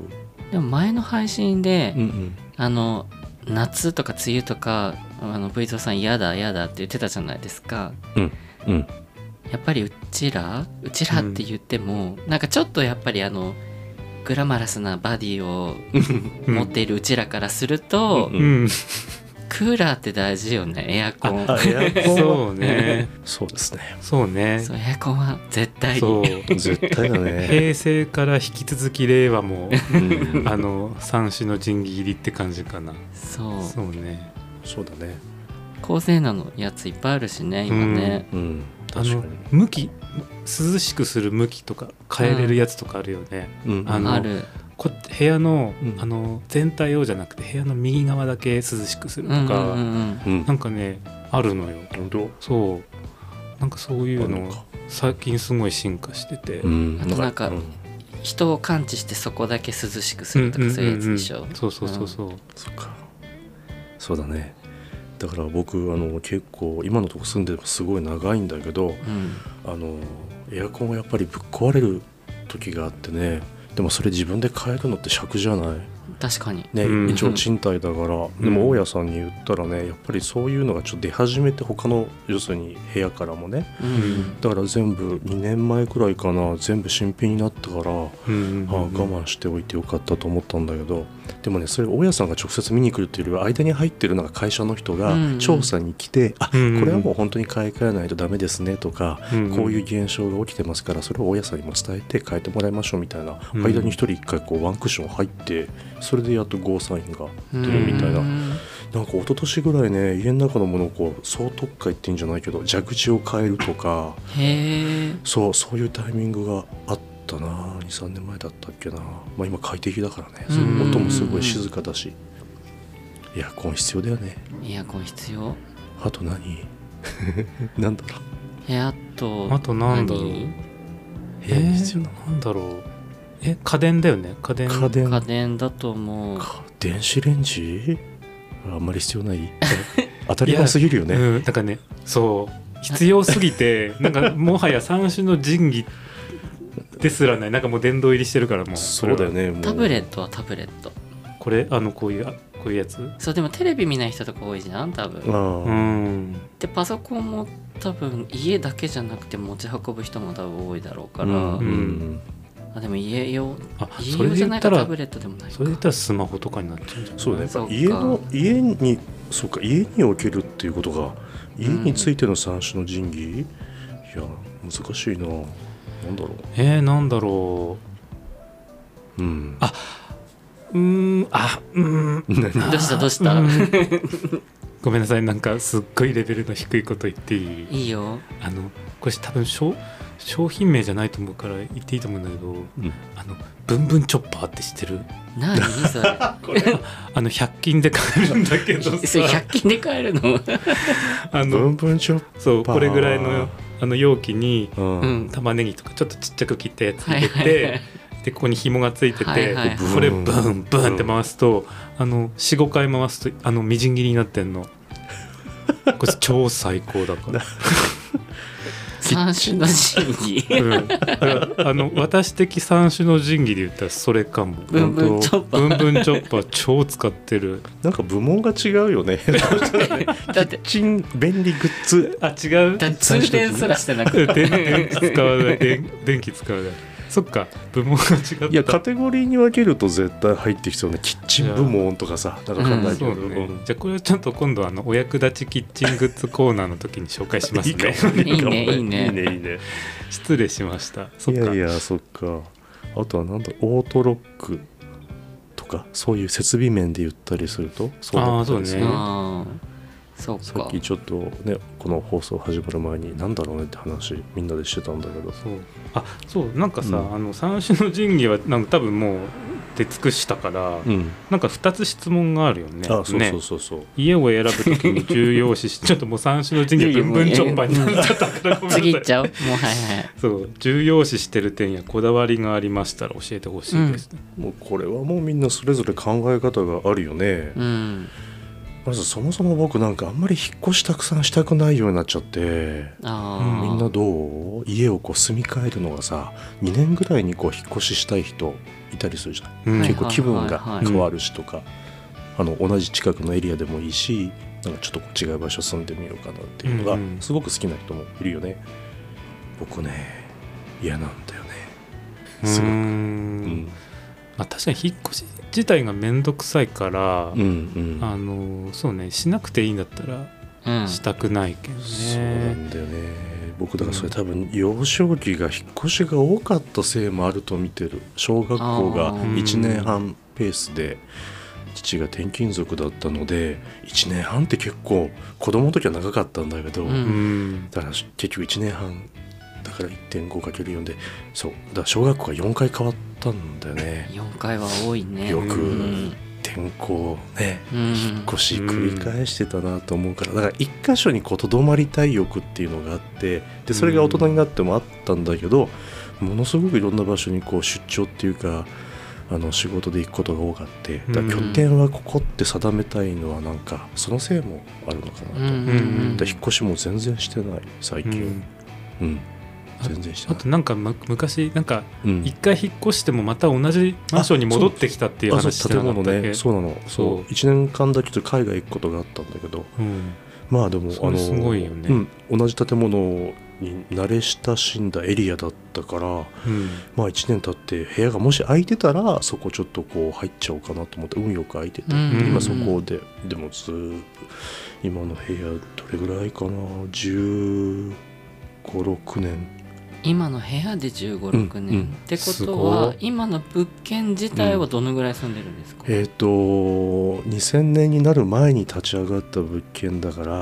Speaker 2: でも前の配信で、
Speaker 3: ん
Speaker 2: あの夏とか梅雨とかあの V ゾーさん嫌だ嫌だって言ってたじゃないですか
Speaker 3: うんうん
Speaker 2: やっぱりうちらうちらって言っても、なんかちょっとやっぱりあのグラマラスなバディを
Speaker 1: うん
Speaker 2: 持っているうちらからすると、
Speaker 3: うん
Speaker 1: うん、
Speaker 2: クーラーって大事よねエアコン
Speaker 3: あエアコン
Speaker 1: そうね
Speaker 3: そうですね
Speaker 1: そうね
Speaker 2: そうエアコンは絶対
Speaker 1: そう
Speaker 2: に
Speaker 3: 絶対 だね、
Speaker 1: 平成から引き続き令和も
Speaker 3: うん
Speaker 1: あの三種の神器入りって感じかな
Speaker 2: そう
Speaker 1: そうね
Speaker 3: そうだね
Speaker 2: 高性能のやついっぱいあるしね今ね、
Speaker 3: うん
Speaker 1: あ
Speaker 3: 確
Speaker 1: の
Speaker 3: かに
Speaker 1: 向き涼しくする向きとか変えれるやつとかあるよね、
Speaker 3: うん
Speaker 1: あの
Speaker 2: ある
Speaker 1: こ部屋の,、
Speaker 3: うん
Speaker 1: あの全体をじゃなくて部屋の右側だけ涼しくする
Speaker 2: う
Speaker 1: と
Speaker 2: んうんう
Speaker 1: か、
Speaker 2: ん
Speaker 3: うん
Speaker 1: なんかねあるのよ
Speaker 3: 本当
Speaker 1: そうなんかそういうの最近すごい進化してて、
Speaker 3: ん
Speaker 2: あとなんか
Speaker 3: う
Speaker 2: 人を感知してそこだけ涼しくするとかそういうやつでし
Speaker 1: う
Speaker 2: ょ、
Speaker 1: んうんうんそうそうそうそう、
Speaker 3: そっかそうだねだから僕あの結構今のとこ住んでるのすごい長いんだけど
Speaker 2: うん
Speaker 3: あのエアコンはやっぱりぶっ壊れる時があってねでもそれ自分で変えるのって尺じゃない
Speaker 2: 確かに
Speaker 3: ね、
Speaker 1: うん
Speaker 3: 一応賃貸だから、
Speaker 1: ん
Speaker 3: でも大家さんに言ったらねやっぱりそういうのがちょっと出始めて他の要するに部屋からもね
Speaker 2: うん
Speaker 3: だから全部2年前くらいかな全部新品になったから、
Speaker 1: うん
Speaker 3: ああ我慢しておいてよかったと思ったんだけどでもねそれ大家さんが直接見に来るっていうよりは間に入ってるなんか会社の人が
Speaker 2: うんうん
Speaker 3: 調査に来て、あ
Speaker 1: うんうん
Speaker 3: これはもう本当に買い替えないとダメですねとか、
Speaker 1: うんうん
Speaker 3: こういう現象が起きてますからそれを大家さんにも伝えて変えてもらいましょうみたいな、
Speaker 1: うん
Speaker 3: 間に一人一回こうワンクッション入ってそれでやっとゴーサインが
Speaker 2: うん
Speaker 3: 出るみたいな、
Speaker 2: うん
Speaker 3: なんか一昨年ぐらいね家の中のものをこう総特化っていうんじゃないけど蛇口を変えるとか
Speaker 2: へえ
Speaker 3: そうそういうタイミングがあったな23年前だったっけな、まあ、今快適だからね
Speaker 2: うん
Speaker 3: その音もすごい静かだしエアコン必要だよね
Speaker 2: エアコン必要
Speaker 3: あと 何なんだろ
Speaker 2: えあと
Speaker 1: あとなんだろう
Speaker 2: 何
Speaker 3: う部屋に必要な
Speaker 1: えーなんだろうえ家電だよね家電
Speaker 3: 家電
Speaker 2: 家電だと思う
Speaker 3: か電子レンジあんまり必要ない 当たり前すぎるよね
Speaker 1: うん、なんかねそう必要すぎ てなんかもはや三種の神器ですらないなんかもう殿堂入りしてるからもう
Speaker 3: そうだよねもう
Speaker 2: タブレットはタブレット
Speaker 1: これあのこういうあこういうやつ
Speaker 2: そうでもテレビ見ない人とか多いじゃん多
Speaker 3: あ
Speaker 2: 分
Speaker 3: あ、
Speaker 1: うん
Speaker 2: でパソコンも多分家だけじゃなくて持ち運ぶ人も多分多いだろうから、
Speaker 3: うんうん
Speaker 2: あでも家用
Speaker 1: あ
Speaker 2: 家
Speaker 1: それ
Speaker 2: 用
Speaker 1: で
Speaker 2: じゃ
Speaker 1: 言
Speaker 2: な
Speaker 1: っ
Speaker 2: いか
Speaker 1: た
Speaker 2: タ
Speaker 1: ら
Speaker 2: ブレットでもないか
Speaker 1: それで言ったらスマホとかになっちゃうんじゃない
Speaker 3: そうだねや
Speaker 2: そ
Speaker 3: っ
Speaker 2: う
Speaker 3: ぱ
Speaker 2: か
Speaker 3: 家の家にそうか家に置けるっていうことが家についての三種の神器、いや難しいななんだろ
Speaker 1: えー、なんだろ
Speaker 3: ううん
Speaker 1: あううーんあうーん
Speaker 2: どうしたどうした、
Speaker 1: うん ごめんなさいなんかすっごいレベルの低いこと言っていい
Speaker 2: いいよ
Speaker 1: あのこれ多分商商品名じゃないと思うから言っていいと思うんだけどあのブンブンチョッパーって知ってる
Speaker 2: 何それ
Speaker 1: あの100均で買えるんだけど
Speaker 2: それ
Speaker 1: さ
Speaker 2: 100均で買えるの
Speaker 1: あ
Speaker 3: ブ
Speaker 1: の
Speaker 3: ンブンチョッ
Speaker 1: そう
Speaker 3: パー
Speaker 1: これぐらいのあの容器に
Speaker 3: プ、うん
Speaker 2: うん
Speaker 1: 玉ねぎとかちょっとちっちゃく切ったやつ
Speaker 2: は
Speaker 1: 入れ
Speaker 2: い
Speaker 1: て、
Speaker 2: はいはい
Speaker 1: でここに紐がついてて、
Speaker 2: はいはいはい
Speaker 1: これブーンブーンって回すと、あの45回回すとあのみじん切りになってんのこれ超最高だから、
Speaker 2: 三種の 神器
Speaker 1: うん、だからあの私的三種の神器で言ったらそれかも
Speaker 2: ブンブンチョッパー
Speaker 1: 本当ブンブンチョッパー超使ってる
Speaker 3: なんか部門が違うよね
Speaker 2: だって
Speaker 3: キッチン便利グッズ
Speaker 1: あ違う
Speaker 2: だって通電すらしてな
Speaker 1: 電
Speaker 2: くて
Speaker 1: 電気使わない電電気使わないそっか部門が違った
Speaker 3: いやカテゴリーに分けると絶対入ってきそうねキッチン部門とかさなんか考えて
Speaker 1: そう
Speaker 3: る
Speaker 1: ね
Speaker 3: けど、うん
Speaker 1: じゃあこれはちょっと今度あのお役立ちキッチングッズコーナーの時に紹介します
Speaker 3: いいか
Speaker 1: ね
Speaker 3: も
Speaker 2: いいねいいね
Speaker 3: いいねいいね
Speaker 1: 失礼しましたそっ
Speaker 3: い
Speaker 1: か
Speaker 3: やいやそっかあとはなんだオートロックとかそういう設備面で言ったりするとそうだったりする
Speaker 1: あーそうね
Speaker 2: ああそう
Speaker 3: さ
Speaker 2: か
Speaker 3: っきちょっとねこの放送始まる前になんだろうねって話みんなでしてたんだけど
Speaker 1: そうあそうなんかさ、
Speaker 3: うん
Speaker 1: あの三種の神器はなんか多分もう出尽くしたから、
Speaker 3: うん
Speaker 1: なんか2つ質問があるよね
Speaker 3: あそう
Speaker 1: ね
Speaker 3: そうそうそう
Speaker 1: 家を選ぶ時に重要視 しちょっともう三種の神器はブンブンチョッパーに なっちゃったからごめんなさい
Speaker 2: 次行っちゃうもうはいはい
Speaker 1: そう重要視してる点やこだわりがありましたら教えてほしいですね、
Speaker 3: もうこれはもうみんなそれぞれ考え方があるよね、
Speaker 2: うん
Speaker 3: まずそもそも僕なんかあんまり引っ越したくさんしたくないようになっちゃって
Speaker 2: ああ
Speaker 3: みんなどう家をこう住み替えるのがさ2年ぐらいにこう引っ越ししたい人いたりするじゃない
Speaker 1: うん
Speaker 3: 結構気分が
Speaker 2: はいは
Speaker 1: は
Speaker 2: い
Speaker 1: い
Speaker 3: 変わるしとか、あの同じ近くのエリアでもいいしなんかちょっとこう違う場所住んでみようかなっていうのが
Speaker 1: うんうん
Speaker 3: すごく好きな人もいるよね、僕ね嫌なんだよね、すご
Speaker 1: う
Speaker 3: く
Speaker 1: ー
Speaker 3: うんん、
Speaker 1: まあ、確かに引っ越し自体が面倒くさいから、
Speaker 3: うんうん
Speaker 1: あのそうねしなくていいんだったら
Speaker 2: うん
Speaker 1: したくないけどね、
Speaker 3: そうなんだよね僕だからそれ多分幼少期が引っ越しが多かったせいもあると見てる小学校が
Speaker 2: あ
Speaker 1: ー
Speaker 3: 1年半ペースで父が転勤族だったので1年半って結構子供の時は長かったんだけど、
Speaker 2: うん
Speaker 1: うん
Speaker 3: だから結局1年半だから 1.5×4 でそうだから小学校が4回変わったんだよね
Speaker 2: 四回は多いね
Speaker 3: よく
Speaker 2: うん
Speaker 3: 転校ね
Speaker 2: うん
Speaker 3: 引っ越し繰り返してたなと思うから、だから一箇所にこうとどまりたい欲っていうのがあってでそれが大人になってもあったんだけど、ものすごくいろんな場所にこう出張っていうかあの仕事で行くことが多かってだから拠点はここって定めたいのはなんかそのせいもあるのかな
Speaker 2: うんう
Speaker 3: と、
Speaker 2: んうん
Speaker 3: だから引っ越しも全然してない最
Speaker 1: う
Speaker 3: 近
Speaker 1: ん、
Speaker 3: うん、全然して
Speaker 1: あ
Speaker 3: ない
Speaker 1: となんかむ昔なんか
Speaker 3: うん
Speaker 1: 一回引っ越してもまた同じマンションに戻ってきたっていう
Speaker 3: あそう
Speaker 1: 話してな
Speaker 3: 建
Speaker 1: かった
Speaker 3: 物
Speaker 1: っけ
Speaker 3: ねそうなのそう
Speaker 1: そう
Speaker 3: 1年間だけちょっと海外行くことがあったんだけど
Speaker 1: うん
Speaker 3: まあでも
Speaker 1: それ
Speaker 3: あの
Speaker 1: すごいよね
Speaker 3: うん、同じ建物に慣れ親しんだエリアだったから
Speaker 1: うん
Speaker 3: まあ1年経って部屋がもし空いてたらそこちょっとこう入っちゃおうかなと思って運よく空いてて、
Speaker 2: うん
Speaker 3: 今そこででもずーっと今の部屋どれぐらいかな1 5 6年
Speaker 2: 今の部屋で1 5
Speaker 3: う
Speaker 2: 六
Speaker 3: ん
Speaker 2: 年、
Speaker 3: うん
Speaker 2: ってこ
Speaker 1: す
Speaker 2: と
Speaker 1: ご
Speaker 2: はい今の物件自体はどのぐらい住んでるんですか、
Speaker 3: えっ、と2000年になる前に立ち上がった物件だから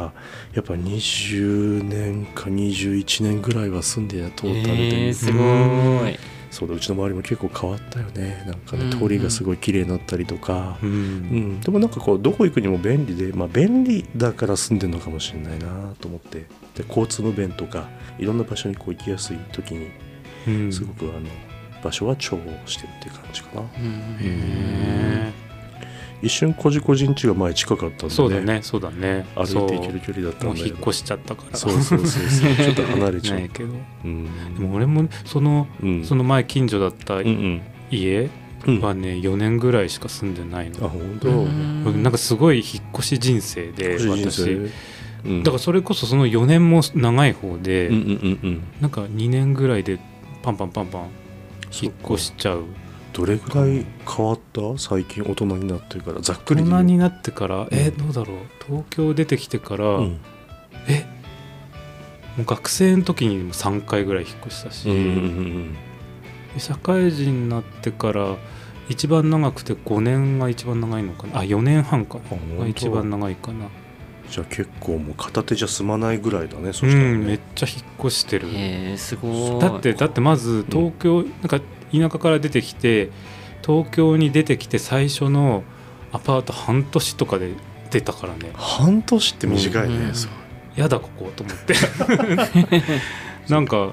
Speaker 3: やっぱ20年か21年ぐらいは住んでやトータルで、
Speaker 2: えーすごい
Speaker 3: そうだうちの周りも結構変わったよねなん
Speaker 2: う
Speaker 3: か
Speaker 2: んう
Speaker 3: ね
Speaker 2: ん
Speaker 3: 通りがすごい綺麗になったりとか、
Speaker 1: う
Speaker 3: うん
Speaker 1: ん
Speaker 3: でもなんかこうどこ行くにも便利で、まあ、便利だから住んでるのかもしれないなと思ってで交通の便とかいろんな場所にこう行きやすい時に
Speaker 1: うん
Speaker 3: すごくあの、場所は重宝してるっていう感じかな
Speaker 2: うん
Speaker 1: ね
Speaker 3: 一瞬こじこじんちが前近かったんで、ね、
Speaker 1: そうだねそうだね
Speaker 3: 歩いて行ける
Speaker 1: そ
Speaker 3: 距離だっ
Speaker 1: う
Speaker 3: た
Speaker 1: も
Speaker 3: ん
Speaker 1: う
Speaker 3: だ
Speaker 1: 引
Speaker 3: け
Speaker 1: っ
Speaker 3: ど
Speaker 1: 越しちゃったから
Speaker 3: そうそうそうそうちょっと離れちゃ
Speaker 1: な
Speaker 3: う
Speaker 1: い、けど
Speaker 3: うん、
Speaker 1: でも俺もその
Speaker 3: うん
Speaker 1: その前近所だった
Speaker 3: うんうん
Speaker 1: 家
Speaker 3: うん
Speaker 1: はね4年ぐらいしか住んでない
Speaker 3: あ
Speaker 1: の、
Speaker 3: 本
Speaker 2: う
Speaker 3: 当
Speaker 1: 俺
Speaker 2: ん
Speaker 1: なんかすごい引っ越し人生で
Speaker 3: 人生
Speaker 1: 私
Speaker 3: うん
Speaker 1: だからそれこそその4年も長い方で、
Speaker 3: うんうんうんうん
Speaker 1: なんか2年ぐらいでパンパンパンパン引っ越しちゃう
Speaker 3: どれくらい変わった最近大人になってからざっく
Speaker 1: 大
Speaker 3: りでいいよ
Speaker 1: 人になってからえどうだろう東京出てきてから、
Speaker 3: うん
Speaker 1: えもう学生の時にも3回ぐらい引っ越したし、
Speaker 3: うんうん
Speaker 1: 社会人になってから一番長くて5年が一番長いのかなあ4年半か
Speaker 3: あ本
Speaker 1: な
Speaker 3: 当
Speaker 1: が一番長いかな
Speaker 3: じゃあ結構もう片手じゃ済まないぐらいだねそうしたら
Speaker 1: んめっ
Speaker 3: ね
Speaker 1: ちゃ引っ越してる
Speaker 2: へえすごい
Speaker 1: だってだってまず東京、なんか田舎から出てきて東京に出てきて最初のアパート半年とかで出たからね
Speaker 3: 半年って短いね
Speaker 2: うん
Speaker 3: そう
Speaker 1: やだここと思ってなんか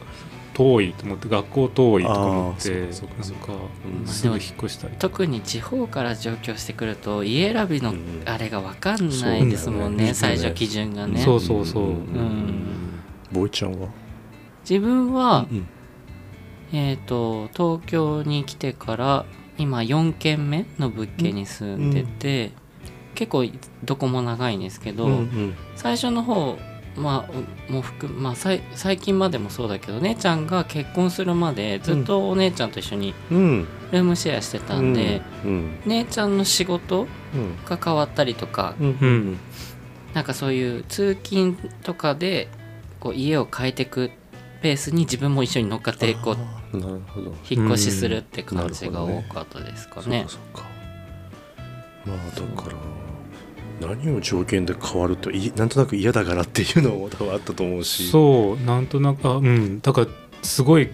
Speaker 1: 遠いと思って学校遠いとか思って
Speaker 3: あーそうかそうか
Speaker 1: なんかすぐ引っ越したりとか
Speaker 2: 特に地方から上京してくると家選びの
Speaker 3: うん
Speaker 2: あれが分かんないですもんね,、
Speaker 3: そうだよね
Speaker 2: 最初基準がね
Speaker 1: そうそうそう、
Speaker 3: うん
Speaker 2: うん
Speaker 3: ボイちゃんは、
Speaker 2: 自分は、
Speaker 3: うん
Speaker 2: えっ、と東京に来てから今4軒目の物件に住んでて、結構どこも長いんですけど、
Speaker 3: うん
Speaker 2: 最初の方まあもう含むまあさい最近までもそうだけど姉ちゃんが結婚するまでずっとお姉ちゃんと一緒に
Speaker 3: うん、
Speaker 2: ルームシェアしてたんで、
Speaker 3: うん
Speaker 2: 姉ちゃんの仕事
Speaker 3: うん
Speaker 2: が変わったりとか
Speaker 3: うん
Speaker 1: う
Speaker 3: うんん
Speaker 2: なんかそういう通勤とかでこう家を変えていくペースに自分も一緒に乗っかってこう
Speaker 3: うなるほど
Speaker 2: 引っ越しするって感じ
Speaker 3: なる
Speaker 2: が
Speaker 3: ほど
Speaker 2: 多
Speaker 3: ね
Speaker 2: かったですか
Speaker 3: そう
Speaker 2: ね
Speaker 3: か。そうかまあだから何を条件で変わるといなんとなく嫌だからっていうのも多分あったと思うし
Speaker 1: そうなんとなくあうんだからすごい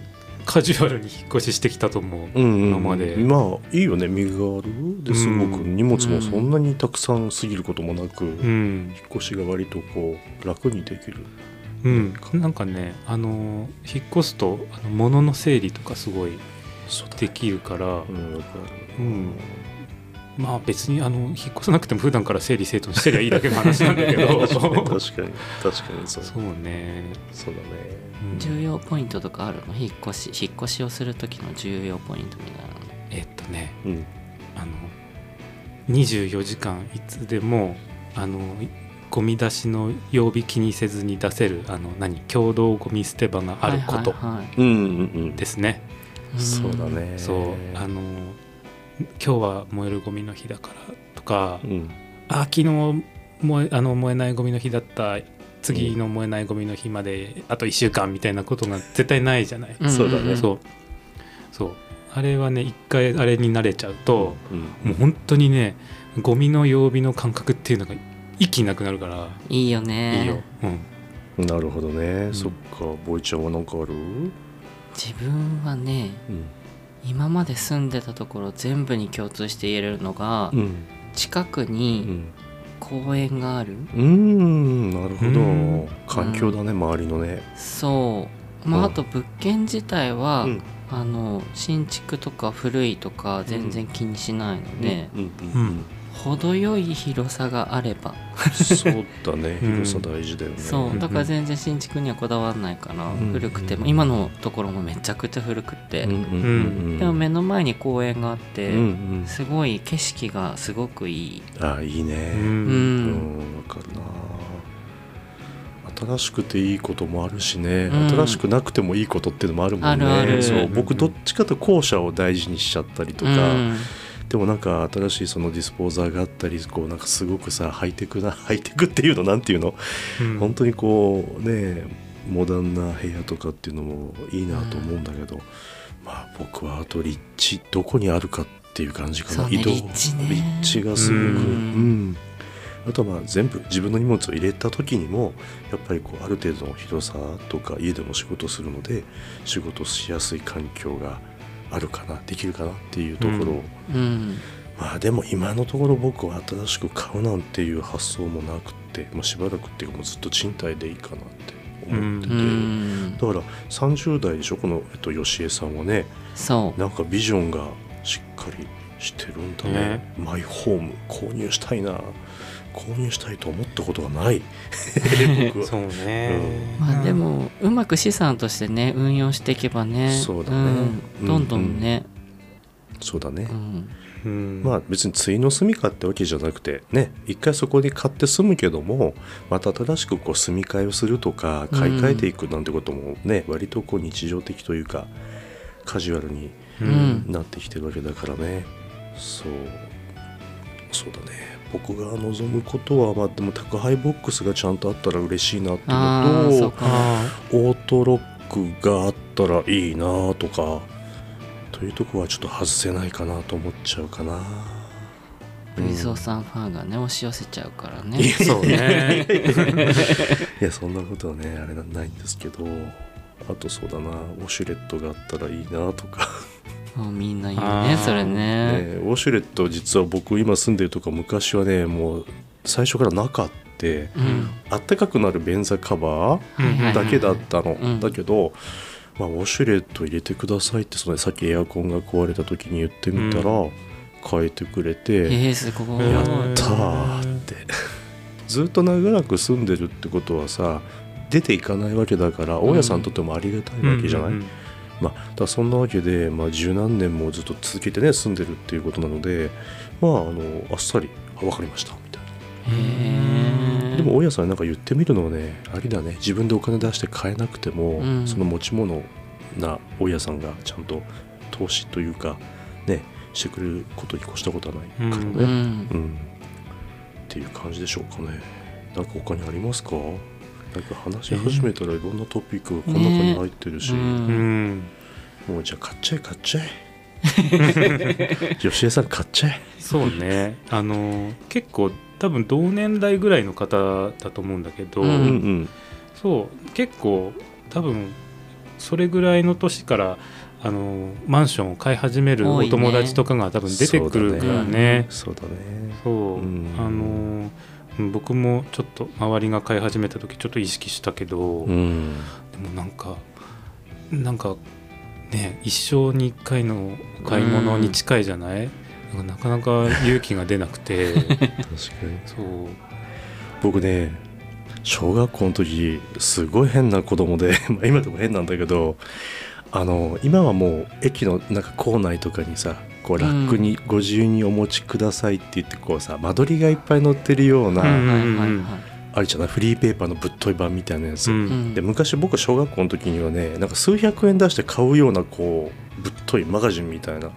Speaker 1: カジュアルに引っ越ししてきたと思う、
Speaker 3: うんうん、
Speaker 1: 今まで
Speaker 3: まあいいよね身軽ですごく
Speaker 1: うん
Speaker 3: 荷物もそんなにたくさん過ぎることもなく、
Speaker 1: うん
Speaker 3: 引っ越しが割とこう楽にできる
Speaker 1: うん、なんかねあの引っ越すとあの物の整理とかすごい
Speaker 3: そうだ
Speaker 1: できるから、
Speaker 3: うんよくある
Speaker 1: うんまあ別にあの引っ越さなくても普段から整理整頓してりゃいいだけの話なんだけど
Speaker 3: 確かに確か
Speaker 1: そ
Speaker 3: に確かにそう
Speaker 1: うね、
Speaker 3: そうだね
Speaker 1: うん
Speaker 2: 重要ポイントとかあるの引っ越し引っ越しをする時の重要ポイントみたいなの
Speaker 1: えっとね
Speaker 3: うん
Speaker 1: あの24時間いつでもあのゴミ出しの曜日気にせずに出せるあの何共同ゴミ捨て場があること
Speaker 2: はいはいはい
Speaker 3: うんうん
Speaker 1: ですね、
Speaker 2: うん
Speaker 3: そうだね
Speaker 1: そうあの今日は燃えるゴミの日だからとか、
Speaker 3: うん
Speaker 1: あ昨日燃えあの燃えないゴミの日だった次の燃えないゴミの日まであと1週間みたいなことが絶対ないじゃない、
Speaker 2: うんんん
Speaker 3: そうだね
Speaker 1: そうそうあれはね一回あれに慣れちゃうと、
Speaker 3: うん
Speaker 1: もう本当にねゴミの曜日の感覚っていうのが一気になくなるから
Speaker 2: いいよね
Speaker 1: いいよ、うん、
Speaker 3: なるほどね、
Speaker 1: ん
Speaker 3: そっかボイちゃんは何かある、
Speaker 2: 自分はね
Speaker 3: うん
Speaker 2: 今まで住んでたところ全部に共通して言えるのが、
Speaker 3: うん
Speaker 2: 近く
Speaker 3: う
Speaker 2: に
Speaker 3: ん
Speaker 2: 公園がある、
Speaker 3: うんなるほど、
Speaker 1: うん
Speaker 3: 環境だね周りのね、
Speaker 2: そうまあ
Speaker 3: うん
Speaker 2: あと物件自体は、
Speaker 3: うん
Speaker 2: あの新築とか古いとか全然気にしないので、
Speaker 3: うんうん
Speaker 1: うん
Speaker 2: 程よい広さがあれば、
Speaker 3: そうだね
Speaker 1: うん
Speaker 3: 広さ大事だよね、
Speaker 2: そうだから
Speaker 1: うん
Speaker 2: 全然新築にはこだわらないかな、
Speaker 3: うん
Speaker 2: 古くても
Speaker 3: うん
Speaker 2: 今のところもめちゃくちゃ古くて、
Speaker 3: うんうんうん
Speaker 2: でも目の前に公園があって、
Speaker 3: うんうん
Speaker 2: すごい景色がすごくいい、
Speaker 3: あいいね
Speaker 1: う
Speaker 2: うんん
Speaker 3: うんわかるな新しくていいこともあるしね、
Speaker 2: うん
Speaker 3: 新しくなくてもいいことっていうのもあるもんね
Speaker 2: あるある
Speaker 3: そう僕どっちかというと後者を大事にしちゃったりとか、
Speaker 2: うん
Speaker 3: でもなんか新しいそのディスポーザーがあったりこうなんかすごくさハイテクな ハイテクっていうのなんていうの、
Speaker 1: うん
Speaker 3: 本当にこうねモダンな部屋とかっていうのもいいなと思うんだけど、まあ僕はあと立地どこにあるかっていう感じか
Speaker 2: そ
Speaker 3: な、
Speaker 2: うね
Speaker 3: 移動
Speaker 2: 立地ね
Speaker 3: 立地がすごく
Speaker 1: う
Speaker 3: うんん、あとはまあ全部自分の荷物を入れた時にもやっぱりこうある程度の広さとか家でも仕事するので仕事しやすい環境があるかなできるかなっていうところを、
Speaker 1: うん
Speaker 2: うん
Speaker 3: まあでも今のところ僕は新しく買うなんていう発想もなくて、まあ、しばらくっていうかもうずっと賃貸でいいかなって思ってて、
Speaker 2: うん
Speaker 3: だから30代でしょこの、えっと、吉江さんはね
Speaker 2: そう
Speaker 3: なんかビジョンがしっかりしてるんだね
Speaker 1: ね
Speaker 3: マイホーム購入したいな購入したいと思ったことがない僕は
Speaker 1: そうね、
Speaker 2: まあでもうまく資産としてね運用していけばね
Speaker 3: そうだね
Speaker 2: うんどんどんね、
Speaker 3: そうだね、
Speaker 2: うん
Speaker 1: うん
Speaker 3: まあ別についの住みかってわけじゃなくてね一回そこで買って住むけどもまた新しくこう住み替えをするとか買い替えていくなんてこともね、割とこう日常的というかカジュアルに
Speaker 1: う
Speaker 2: うん
Speaker 3: なってきてるわけだからねそうそうだね僕が望むことはまあでも宅配ボックスがちゃんとあったら嬉しいなって
Speaker 2: ああそ
Speaker 3: い
Speaker 2: う
Speaker 3: の
Speaker 2: う
Speaker 3: と
Speaker 2: か
Speaker 3: オートロックがあったらいいなとかというとこはちょっと外せないかなと思っちゃうかな。
Speaker 2: ブリゾーさんファンがね押し寄せちゃうからね
Speaker 1: あそう ね
Speaker 3: いやそんなことはねあれなないんですけどあとそうだなウォシュレットがあったらいいなとか、
Speaker 2: もうみんな言う
Speaker 1: あー
Speaker 2: ねそれね
Speaker 3: ね、ウォシュレット実は僕今住んでるとか昔はねもう最初からなかって
Speaker 2: うん
Speaker 3: あったかくなる便座カバ
Speaker 1: うん
Speaker 2: はいはい
Speaker 3: ーだけだったの、
Speaker 2: うん
Speaker 3: だけどまあ、ウォシュレット入れてくださいってそのさっきエアコンが壊れた時に言ってみたら、変えてくれて、
Speaker 2: えー、すごい。
Speaker 1: へ
Speaker 3: やっ
Speaker 1: ー
Speaker 3: たーって ずっと長らく住んでるってことはさ出ていかないわけだから大家さんにとってもありがたいわけじゃない、
Speaker 1: うんうん
Speaker 3: まあ、だからそんなわけで、まあ、十何年もずっと続けてね住んでるっていうことなのでまああのあっさり「あ分かりました」みたいな
Speaker 2: へー
Speaker 3: でも大家さんになんか言ってみるのはねありだね自分でお金出して買えなくても、
Speaker 2: うん
Speaker 3: その持ち物な大家さんがちゃんと投資というかねしてくれることに越したことはないからね、
Speaker 1: う
Speaker 2: うん
Speaker 3: うんっていう感じでしょうかねなんか他にありますかなんか話し始めたらいろんなトピックがこの中に入ってるし、
Speaker 2: うん
Speaker 1: うんうん
Speaker 3: もうじゃあ買っちゃえ買っちゃ え吉江さん買っちゃえ
Speaker 1: そうねあの結構多分同年代ぐらいの方だと思うんだけど、
Speaker 2: う
Speaker 3: うん
Speaker 2: ん
Speaker 3: うん
Speaker 1: そう結構多分それぐらいの年からあのマンションを買い始める
Speaker 2: 多い
Speaker 1: お
Speaker 2: ね
Speaker 1: 友達とかが多分出てくるからね。
Speaker 3: そうだね
Speaker 1: そう
Speaker 3: うん
Speaker 1: あのうん僕もちょっと周りが買い始めた時ちょっと意識したけど、
Speaker 3: う
Speaker 1: で
Speaker 3: ん
Speaker 1: もなんかなんかね一生に1回のお買い物に近いじゃない、なんかなかなか勇気が出なくて
Speaker 3: 確かに
Speaker 1: そう
Speaker 3: 僕ね小学校の時すごい変な子供で まあ今でも変なんだけどあの今はもう駅のなんか構内とかにさこうラックにご自由にお持ちくださいって言ってこうさ間取りがいっぱい載ってるような、
Speaker 1: うん
Speaker 2: はいはいはい。
Speaker 3: あるじゃないフリーペーパーのぶっとい版みたいなやつ、
Speaker 1: う
Speaker 2: うんん
Speaker 3: で昔僕小学校の時にはねなんか数百円出して買うようなこうぶっといマガジンみたいな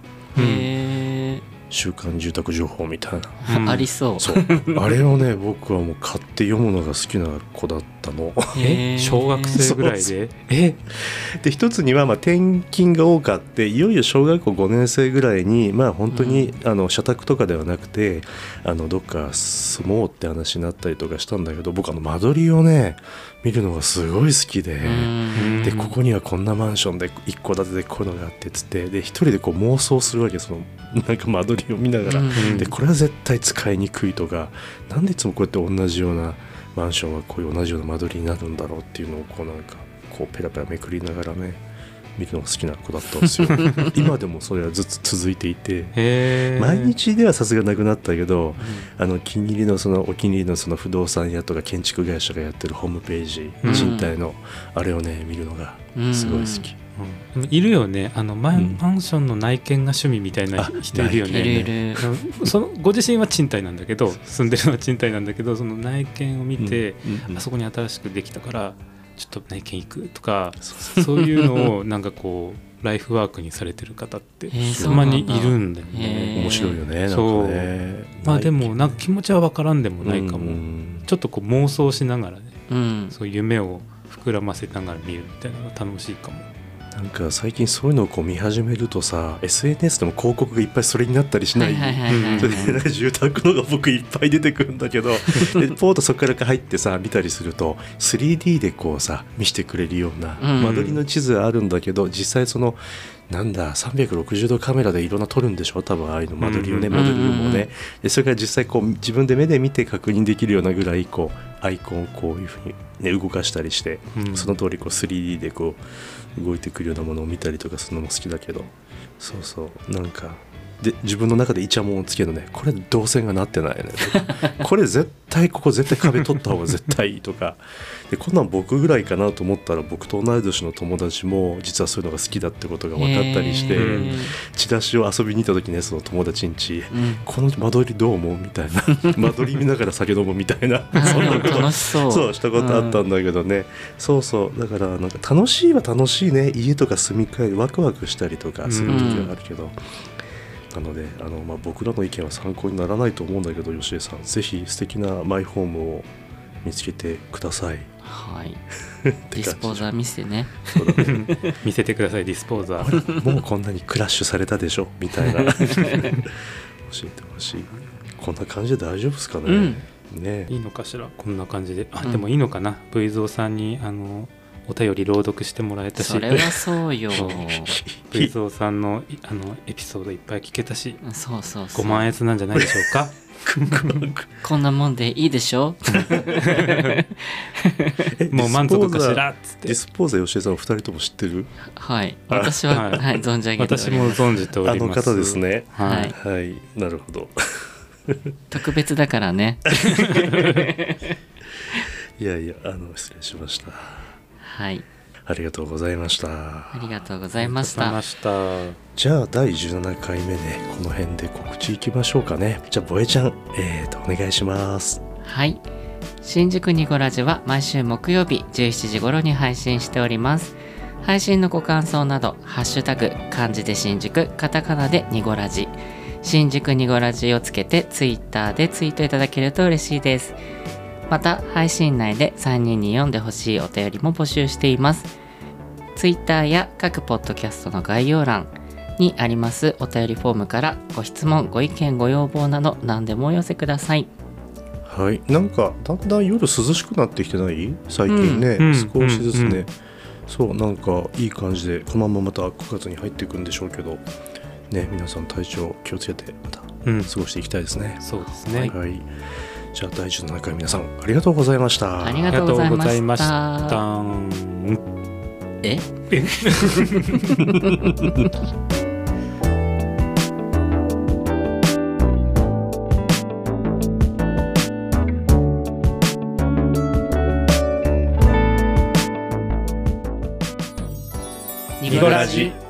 Speaker 2: へ
Speaker 3: 週刊住宅情報みた いな
Speaker 2: ー
Speaker 1: うん
Speaker 2: ありそう。
Speaker 3: そうあれをね僕はもう買って読むのが好きな子だったの
Speaker 2: へ
Speaker 1: え
Speaker 2: ー
Speaker 1: 小学生ぐらいで
Speaker 3: そう
Speaker 1: え
Speaker 3: で一つにはまあ転勤が多かっていよいよ小学校5年生ぐらいにまあ本当に、あの社宅とかではなくてあのどっか住もうって話になったりとかしたんだけど僕あの間取りをね見るのがすごい好きで。
Speaker 2: うん
Speaker 3: でここにはこんなマンションで一戸建てでこういうのがあってっつってで一人でこう妄想するわけそのなんか間取りを見ながら、
Speaker 2: うん
Speaker 3: でこれは絶対使いにくいとかなんでいつもこうやって同じようなマンションはこういう同じような間取りになるんだろうっていうのをこうなんかこうペラペラめくりながらね見るのが好きな子だった んですよ今でもそれはずっと続いていて
Speaker 1: へー
Speaker 3: 毎日ではさすがなくなったけどあの気に入りのそのお気に入りのその不動産屋とか建築会社がやってるホームページ、
Speaker 1: うん
Speaker 3: 賃貸のあれをね見るのがすごい好き、
Speaker 1: うんいるよねあのマン,、
Speaker 3: うん
Speaker 1: マンションの内見が趣味みたいな
Speaker 3: あ
Speaker 1: 人いるよ
Speaker 2: い
Speaker 1: ね
Speaker 2: るいる。
Speaker 1: うんそのご自身は賃貸なんだけど住んでるのは賃貸なんだけどその内見を見て、
Speaker 3: うんうん
Speaker 1: あそこに新しくできたからちょっと内見行くとか
Speaker 3: そう
Speaker 1: そういうのをなんかこう ライフワークにされてる方って
Speaker 2: へー
Speaker 1: たまにいるんだよね。
Speaker 2: へー
Speaker 3: 面白いよねなんか
Speaker 1: そう
Speaker 3: ね
Speaker 1: まあでもなんか気持ちは分からんでも
Speaker 3: な
Speaker 1: ないいかも、
Speaker 3: うんうん
Speaker 1: ちょっとこう妄想しながらね
Speaker 2: うん。
Speaker 1: そういう夢を膨らませながら見るみたいなのが楽しいか も。
Speaker 3: なんか最近そういうのをこう見始めるとさ SNS でも広告がいっぱいそれになったりしな,、
Speaker 2: はいいはいはいはい
Speaker 3: それでなんか住宅のが僕いっぱい出てくるんだけどでポートそこから入ってさ見たりすると 3D でこうさ見せてくれるような、
Speaker 2: うん
Speaker 3: 間取りの地図あるんだけど実際そのなんだ360度カメラでいろんな撮るんでしょ多分ああいうの間取りをね、
Speaker 1: うん
Speaker 3: 間取りも
Speaker 2: うんうんう
Speaker 3: ね
Speaker 2: ん
Speaker 3: でそれから実際こう自分で目で見て確認できるようなぐらいこうアイコンをこういうふうに、ね、動かしたりして、
Speaker 1: うん
Speaker 3: その通りこう 3D でこう動いてくるようなものを見たりとかするのも好きだけどそうそうなんかで自分の中でイチャモンをつけるのねこれ動線がなっ てないよねこれ絶対ここ絶対壁取った方が絶対いいとかでこんなん僕ぐらいかなと思ったら僕と同い年の友達も実はそういうのが好きだってことが分かったりして、
Speaker 2: へー
Speaker 3: チラシを遊びに行った時ねその友達ん家
Speaker 2: うん
Speaker 3: この間取りどう思うみたいな 間取り見ながら酒飲むみたいな
Speaker 2: あ
Speaker 3: そんな
Speaker 2: ー
Speaker 3: こと
Speaker 2: 楽しそう。
Speaker 3: そうしたことあった
Speaker 2: うん
Speaker 3: だけどね、そうそうだからなんか楽しいは楽しいね家とか住み替えワクワクしたりとかする時はあるけど、なのであの、まあ、僕らの意見は参考にならないと思うんだけど吉江さんぜひ素敵なマイホームを見つけてくだ さい
Speaker 2: んはい。
Speaker 3: て
Speaker 2: ディスポーザー見せてね。
Speaker 3: そうだね
Speaker 1: 見せてくださいディスポーザ
Speaker 3: あ
Speaker 1: ー。
Speaker 3: れもうこんなにクラッシュされたでしょみた いな教えてほしいこんな感じで大丈夫ですかね、
Speaker 2: うん
Speaker 3: ね
Speaker 1: いいのかしらこんな感じであ、
Speaker 2: うん
Speaker 1: でもいいのかな V 蔵さんにあのお便り朗読してもらえたし
Speaker 2: それはそう よ。
Speaker 1: V 蔵さんのいあのエピソードいっぱい聞けたし
Speaker 2: そうそうそう。
Speaker 1: 5万円なんじゃないでしょうか
Speaker 2: こんなもんでいいでしょ
Speaker 1: もう満足かしらっつっ
Speaker 3: ディ
Speaker 1: て
Speaker 3: スポーザー吉江さんお二人とも知ってる
Speaker 2: はい私は、
Speaker 1: はい
Speaker 2: はい、存じ上げてお
Speaker 1: 私
Speaker 2: りま
Speaker 1: も
Speaker 2: す
Speaker 1: 存じてお
Speaker 3: あ
Speaker 1: り
Speaker 3: の
Speaker 1: ます
Speaker 3: 方ですね
Speaker 1: はい、
Speaker 2: はい
Speaker 3: はいなるほど
Speaker 2: 特別だからね
Speaker 3: いやいやあの失礼しました
Speaker 2: はい
Speaker 3: ありがとうございました
Speaker 2: ありがとうございまし
Speaker 1: ありが
Speaker 2: た
Speaker 1: とうございまし
Speaker 3: じゃあ第17回目ねこの辺で告知いきましょうかねじゃあボエちゃんえー、とお願いします
Speaker 2: はい新宿ニコラジは毎週木曜日17時頃に配信しております配信のご感想など「ハッシュタグ漢字で新宿カタカナでニゴラジ」新宿ニゴラジをつけてツイッターでツイートいただけると嬉しいですまた配信内で3人に読んでほしいお便りも募集していますツイッターや各ポッドキャストの概要欄にありますお便りフォームからご質問ご意見ご要望など何でもお寄せください
Speaker 3: はいなんかだんだん夜涼しくなってきてない最近ね、
Speaker 1: うん
Speaker 3: 少しずつね、
Speaker 1: うんうん
Speaker 3: そうなんかいい感じでこのまままた9月に入っていくんでしょうけどね皆さん体調気をつけてまた過
Speaker 1: たうん
Speaker 3: ごしていきたいですね、
Speaker 1: そうですね、
Speaker 3: はいじゃあ第17回皆さんありがとうございました
Speaker 2: ありがとうございました
Speaker 1: ありがとうございました
Speaker 2: えニ
Speaker 1: ゴラジ